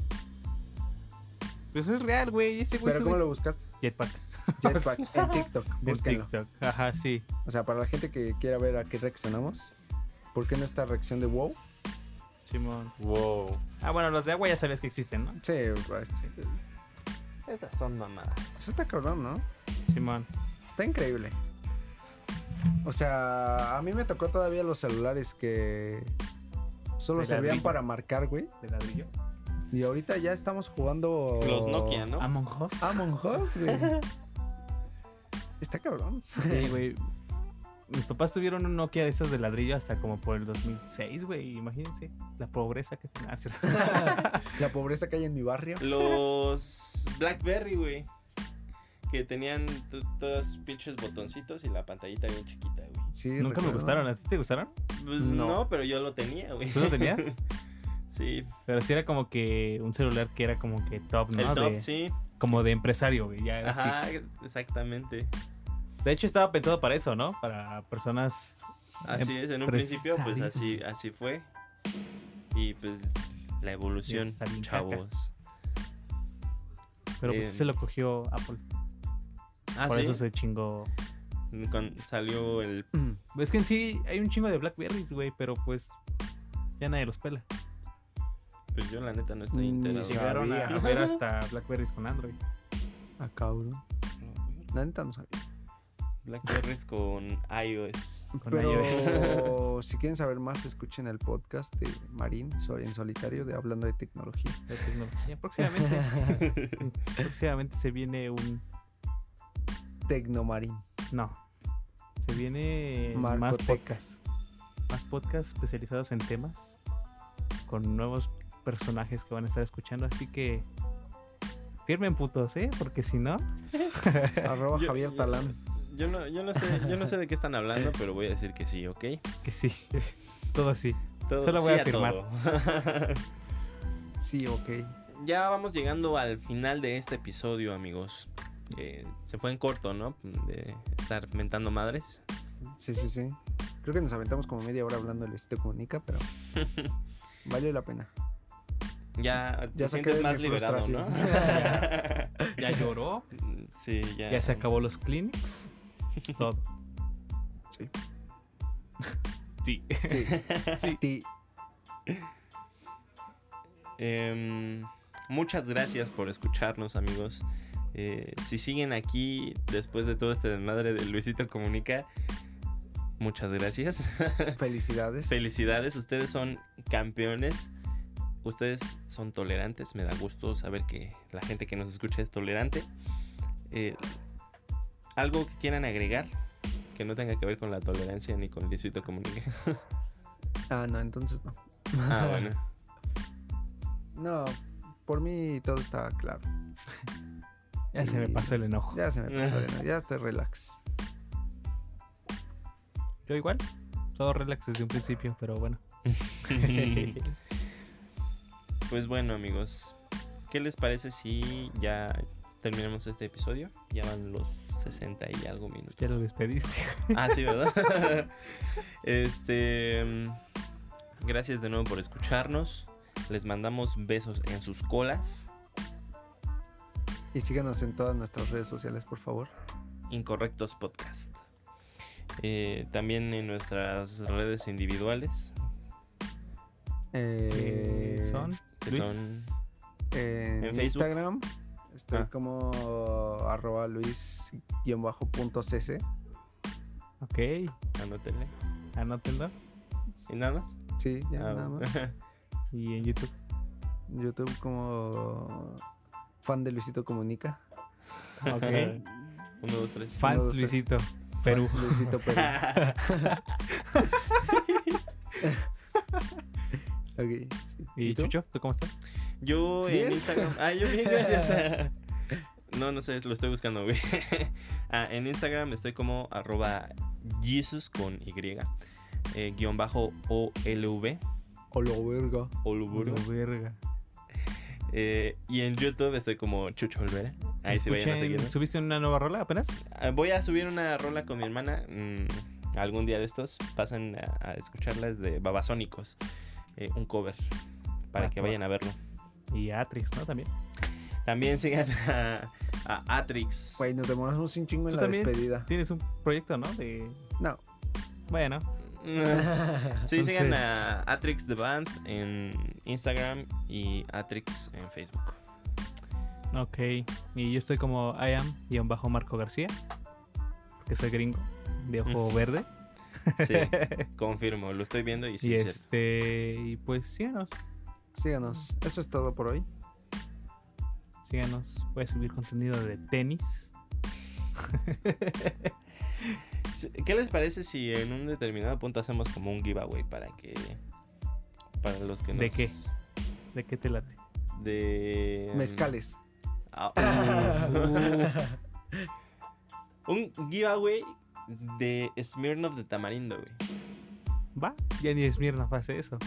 Speaker 3: Pues eso es real, güey. Ese güey
Speaker 1: ¿Pero
Speaker 3: sube-
Speaker 1: cómo lo buscaste? (laughs)
Speaker 3: Jetpack.
Speaker 1: Jetpack en TikTok.
Speaker 3: En
Speaker 1: Búsquenlo.
Speaker 3: TikTok. Ajá, sí.
Speaker 1: O sea, para la gente que quiera ver a qué reaccionamos, ¿por qué no esta reacción de wow?
Speaker 3: Simón.
Speaker 2: Wow.
Speaker 3: Ah, bueno, los de agua ya sabías que existen, ¿no?
Speaker 1: Sí, pues,
Speaker 2: Esas son mamadas.
Speaker 1: eso está cabrón, ¿no?
Speaker 3: Simón.
Speaker 1: Está increíble. O sea, a mí me tocó todavía los celulares que solo
Speaker 3: De
Speaker 1: servían
Speaker 3: ladrillo.
Speaker 1: para marcar, güey.
Speaker 3: De ladrillo.
Speaker 1: Y ahorita ya estamos jugando.
Speaker 2: Los Nokia, ¿no?
Speaker 3: Among Us.
Speaker 1: Among Us, güey.
Speaker 2: (laughs)
Speaker 1: Está cabrón.
Speaker 3: Sí, güey. Mis papás tuvieron un Nokia de esos de ladrillo hasta como por el 2006, güey. Imagínense la pobreza que tenía. Ah, es cierto.
Speaker 1: La pobreza que hay en mi barrio.
Speaker 2: Los Blackberry, güey. Que tenían t- todos pinches botoncitos y la pantallita bien chiquita, güey.
Speaker 1: Sí,
Speaker 3: Nunca me
Speaker 1: recuerdo.
Speaker 3: gustaron.
Speaker 2: ¿eh?
Speaker 3: ¿A ti te gustaron?
Speaker 2: Pues
Speaker 3: No.
Speaker 2: no. pero yo lo tenía, güey. (laughs)
Speaker 3: ¿Tú lo tenías?
Speaker 2: Sí,
Speaker 3: Pero sí era como que un celular que era como que top, ¿no?
Speaker 2: el top,
Speaker 3: De-
Speaker 2: sí.
Speaker 3: Como de empresario, güey. Ya era
Speaker 2: Ajá,
Speaker 3: así.
Speaker 2: exactamente.
Speaker 3: De hecho, estaba pensado para eso, ¿no? Para personas. em,
Speaker 2: Así es, en un principio, pues así, así fue. Y pues la evolución,
Speaker 3: está bien caca.
Speaker 2: chavos.
Speaker 3: Pero pues
Speaker 2: eh,
Speaker 3: se lo cogió Apple.
Speaker 2: Ah,
Speaker 3: por
Speaker 2: sí.
Speaker 3: eso se chingó.
Speaker 2: Con- salió el.
Speaker 3: Es que en sí hay un chingo de Blackberries, güey. Pero pues ya nadie los pela.
Speaker 2: Pues yo, la neta, no
Speaker 1: Ni
Speaker 2: estoy enterado.
Speaker 1: siquiera.
Speaker 3: Llegaron a,
Speaker 1: Sabía.
Speaker 3: a ver hasta Blackberries con Android.
Speaker 1: Ah, cabrón. La neta no sabía.
Speaker 2: Blackberries con iOS.
Speaker 3: Con
Speaker 1: Pero (laughs) si quieren saber más, escuchen el podcast de Marín, soy en solitario, de hablando de tecnología.
Speaker 3: La tecnología. Próximamente. próximamente se viene un.
Speaker 2: (laughs)
Speaker 1: Tecnomarín.
Speaker 3: No. Se viene más
Speaker 1: Marcotecas.
Speaker 3: podcasts. Más podcasts especializados en temas. Con nuevos personajes que van a estar escuchando. Así que. Firmen putos, ¿eh? Porque si no.
Speaker 1: Arroba
Speaker 2: Yo-
Speaker 1: Javier
Speaker 2: yo-
Speaker 1: Talán.
Speaker 2: Yo no, yo, no sé, yo no sé de qué están (laughs) hablando, pero voy a decir que sí, ¿ok?
Speaker 3: Que sí. (laughs) Todo así.
Speaker 2: Todo-
Speaker 3: Solo voy a firmar.
Speaker 2: todo.
Speaker 1: Sí, ok.
Speaker 2: (laughs) ya vamos llegando al final de este episodio, amigos. Eh, se fue en corto, ¿no? De estar mentando madres.
Speaker 1: Sí, sí, sí. Creo que nos aventamos como media hora hablando del Luisito Comunica, pero valió la pena.
Speaker 2: Ya te
Speaker 1: Ya saqué
Speaker 2: sientes
Speaker 1: de
Speaker 2: más
Speaker 1: mi
Speaker 2: liberado, ¿no? (laughs)
Speaker 3: Ya lloró.
Speaker 2: sí, ya.
Speaker 3: Ya se acabó los clinics. Todo.
Speaker 1: Sí.
Speaker 3: Sí. (laughs)
Speaker 1: Sí. Ti-
Speaker 2: Em, muchas gracias por escucharnos, amigos. Eh, si siguen aquí después de todo este desmadre de Luisito Comunica, muchas gracias. (laughs)
Speaker 1: Felicidades.
Speaker 2: Felicidades, ustedes son campeones. Ustedes son tolerantes. Me da gusto saber que la gente que nos escucha es tolerante. Eh, Algo que quieran agregar que no tenga que ver con la tolerancia ni con Luisito Comunica.
Speaker 1: Ah, no, entonces no.
Speaker 2: Ah, bueno.
Speaker 1: No, por mí todo está claro.
Speaker 3: Ya se me pasó el enojo.
Speaker 1: Ya se me pasó. de nuevo, Ya estoy relax.
Speaker 3: Yo igual. Todo relax desde un principio, pero (laughs) bueno. (laughs)
Speaker 2: pues bueno, amigos. ¿Qué les parece si ya terminamos este episodio? Ya van los 60 y algo minutos.
Speaker 3: Ya lo despediste.
Speaker 2: Ah, sí, ¿verdad? (laughs) este. mm, Gracias de nuevo por escucharnos. Les mandamos besos en sus colas.
Speaker 1: Y síganos en todas nuestras redes sociales, por favor.
Speaker 2: Incorrectos Podcast. Eh, también en nuestras redes individuales,
Speaker 1: Eh,
Speaker 3: Son.
Speaker 2: que
Speaker 3: Luis.
Speaker 2: son.
Speaker 1: En,
Speaker 2: ¿En Facebook?
Speaker 1: Instagram estoy
Speaker 2: Ah.
Speaker 1: como arroba luis-cc.
Speaker 3: Ok.
Speaker 2: Anótenle.
Speaker 3: Anótenlo.
Speaker 2: ¿Y nada más?
Speaker 1: Sí, ya
Speaker 2: Ah,
Speaker 1: nada
Speaker 2: bueno. (laughs)
Speaker 1: más.
Speaker 3: Y en (laughs) YouTube.
Speaker 1: YouTube como fan de Luisito Comunica.
Speaker 3: Ok.
Speaker 2: Uno, dos, tres.
Speaker 3: Fans
Speaker 1: Uno, dos, tres.
Speaker 3: Luisito. Perú.
Speaker 1: Fans Luisito Perú.
Speaker 3: (laughs)
Speaker 1: Ok, sí.
Speaker 3: ¿Y
Speaker 1: tú?
Speaker 3: Chucho? ¿Tú cómo estás?
Speaker 2: Yo
Speaker 1: Bien.
Speaker 2: en Instagram. Ah, yo bien, gracias. No, no sé, lo estoy buscando, güey. (laughs) Ah, en Instagram estoy como arroba Jesus con Y. eh, guión bajo OLV.
Speaker 1: Hola, verga.
Speaker 2: Oluburu.
Speaker 3: verga.
Speaker 2: Eh, y en YouTube estoy como Chucho Olvera. Ahí sí vayan a
Speaker 3: Escuchen,
Speaker 2: seguirnos.
Speaker 3: ¿Subiste una nueva rola apenas?
Speaker 2: Ah, Voy a subir una rola con mi hermana. mm, algún día de estos pasan a, a escucharlas de Babasónicos. eh, un cover. Para
Speaker 3: Va,
Speaker 2: que
Speaker 3: va.
Speaker 2: vayan a verlo.
Speaker 3: Y Atrix, ¿no? También.
Speaker 2: También sigan (laughs) a, a Atrix.
Speaker 1: Güey, nos demoramos un chingo en
Speaker 3: ¿Tú
Speaker 1: la
Speaker 3: también?
Speaker 1: despedida.
Speaker 3: Tienes un proyecto, ¿no? De...
Speaker 1: No.
Speaker 3: Bueno.
Speaker 2: (laughs) sí, sigan
Speaker 3: Entonces-
Speaker 2: a Atrix The Band en Instagram y Atrix en Facebook.
Speaker 3: Ok. Y yo estoy como I am y un bajo Marco García. Porque soy gringo. De ojo verde.
Speaker 2: Sí, (laughs) confirmo, lo estoy viendo y sí.
Speaker 3: y
Speaker 2: es cierto.
Speaker 3: este. Y pues síganos.
Speaker 1: Síganos. Eso es todo por hoy.
Speaker 3: Síganos. Voy a subir contenido de tenis.
Speaker 2: ¿Qué les parece si en un determinado punto hacemos como un giveaway para que... Para los que
Speaker 3: ¿De
Speaker 2: nos-
Speaker 3: qué? ¿De qué te late?
Speaker 2: De... mm,
Speaker 1: Mezcales.
Speaker 2: Ah. uh, un giveaway de Smirnoff de Tamarindo, güey.
Speaker 3: ¿Va? Ya ni Esmirna hace eso.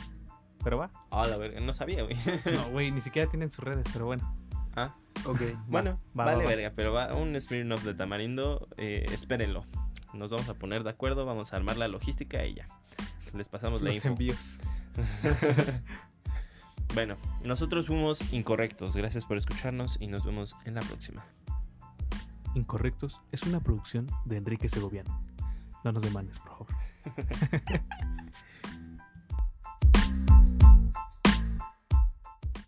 Speaker 3: Pero va.
Speaker 2: Ah, la verga, no sabía, güey. (laughs)
Speaker 3: (laughs) No, güey, ni siquiera tienen sus redes, pero bueno.
Speaker 2: Ah,
Speaker 1: Ok. (laughs)
Speaker 2: bueno,
Speaker 3: va,
Speaker 2: vale
Speaker 3: va, va.
Speaker 2: verga, pero va un Smirnoff de Tamarindo, eh, espérenlo. Nos vamos a poner de acuerdo, vamos a armar la logística y ya. Les pasamos Pues la
Speaker 3: Los
Speaker 2: info.
Speaker 3: envíos.
Speaker 2: (laughs)
Speaker 3: (laughs)
Speaker 2: Bueno, nosotros fuimos incorrectos. Gracias por escucharnos y nos vemos en la próxima.
Speaker 3: Incorrectos es una producción de Enrique Segoviano. No nos demandes, por favor.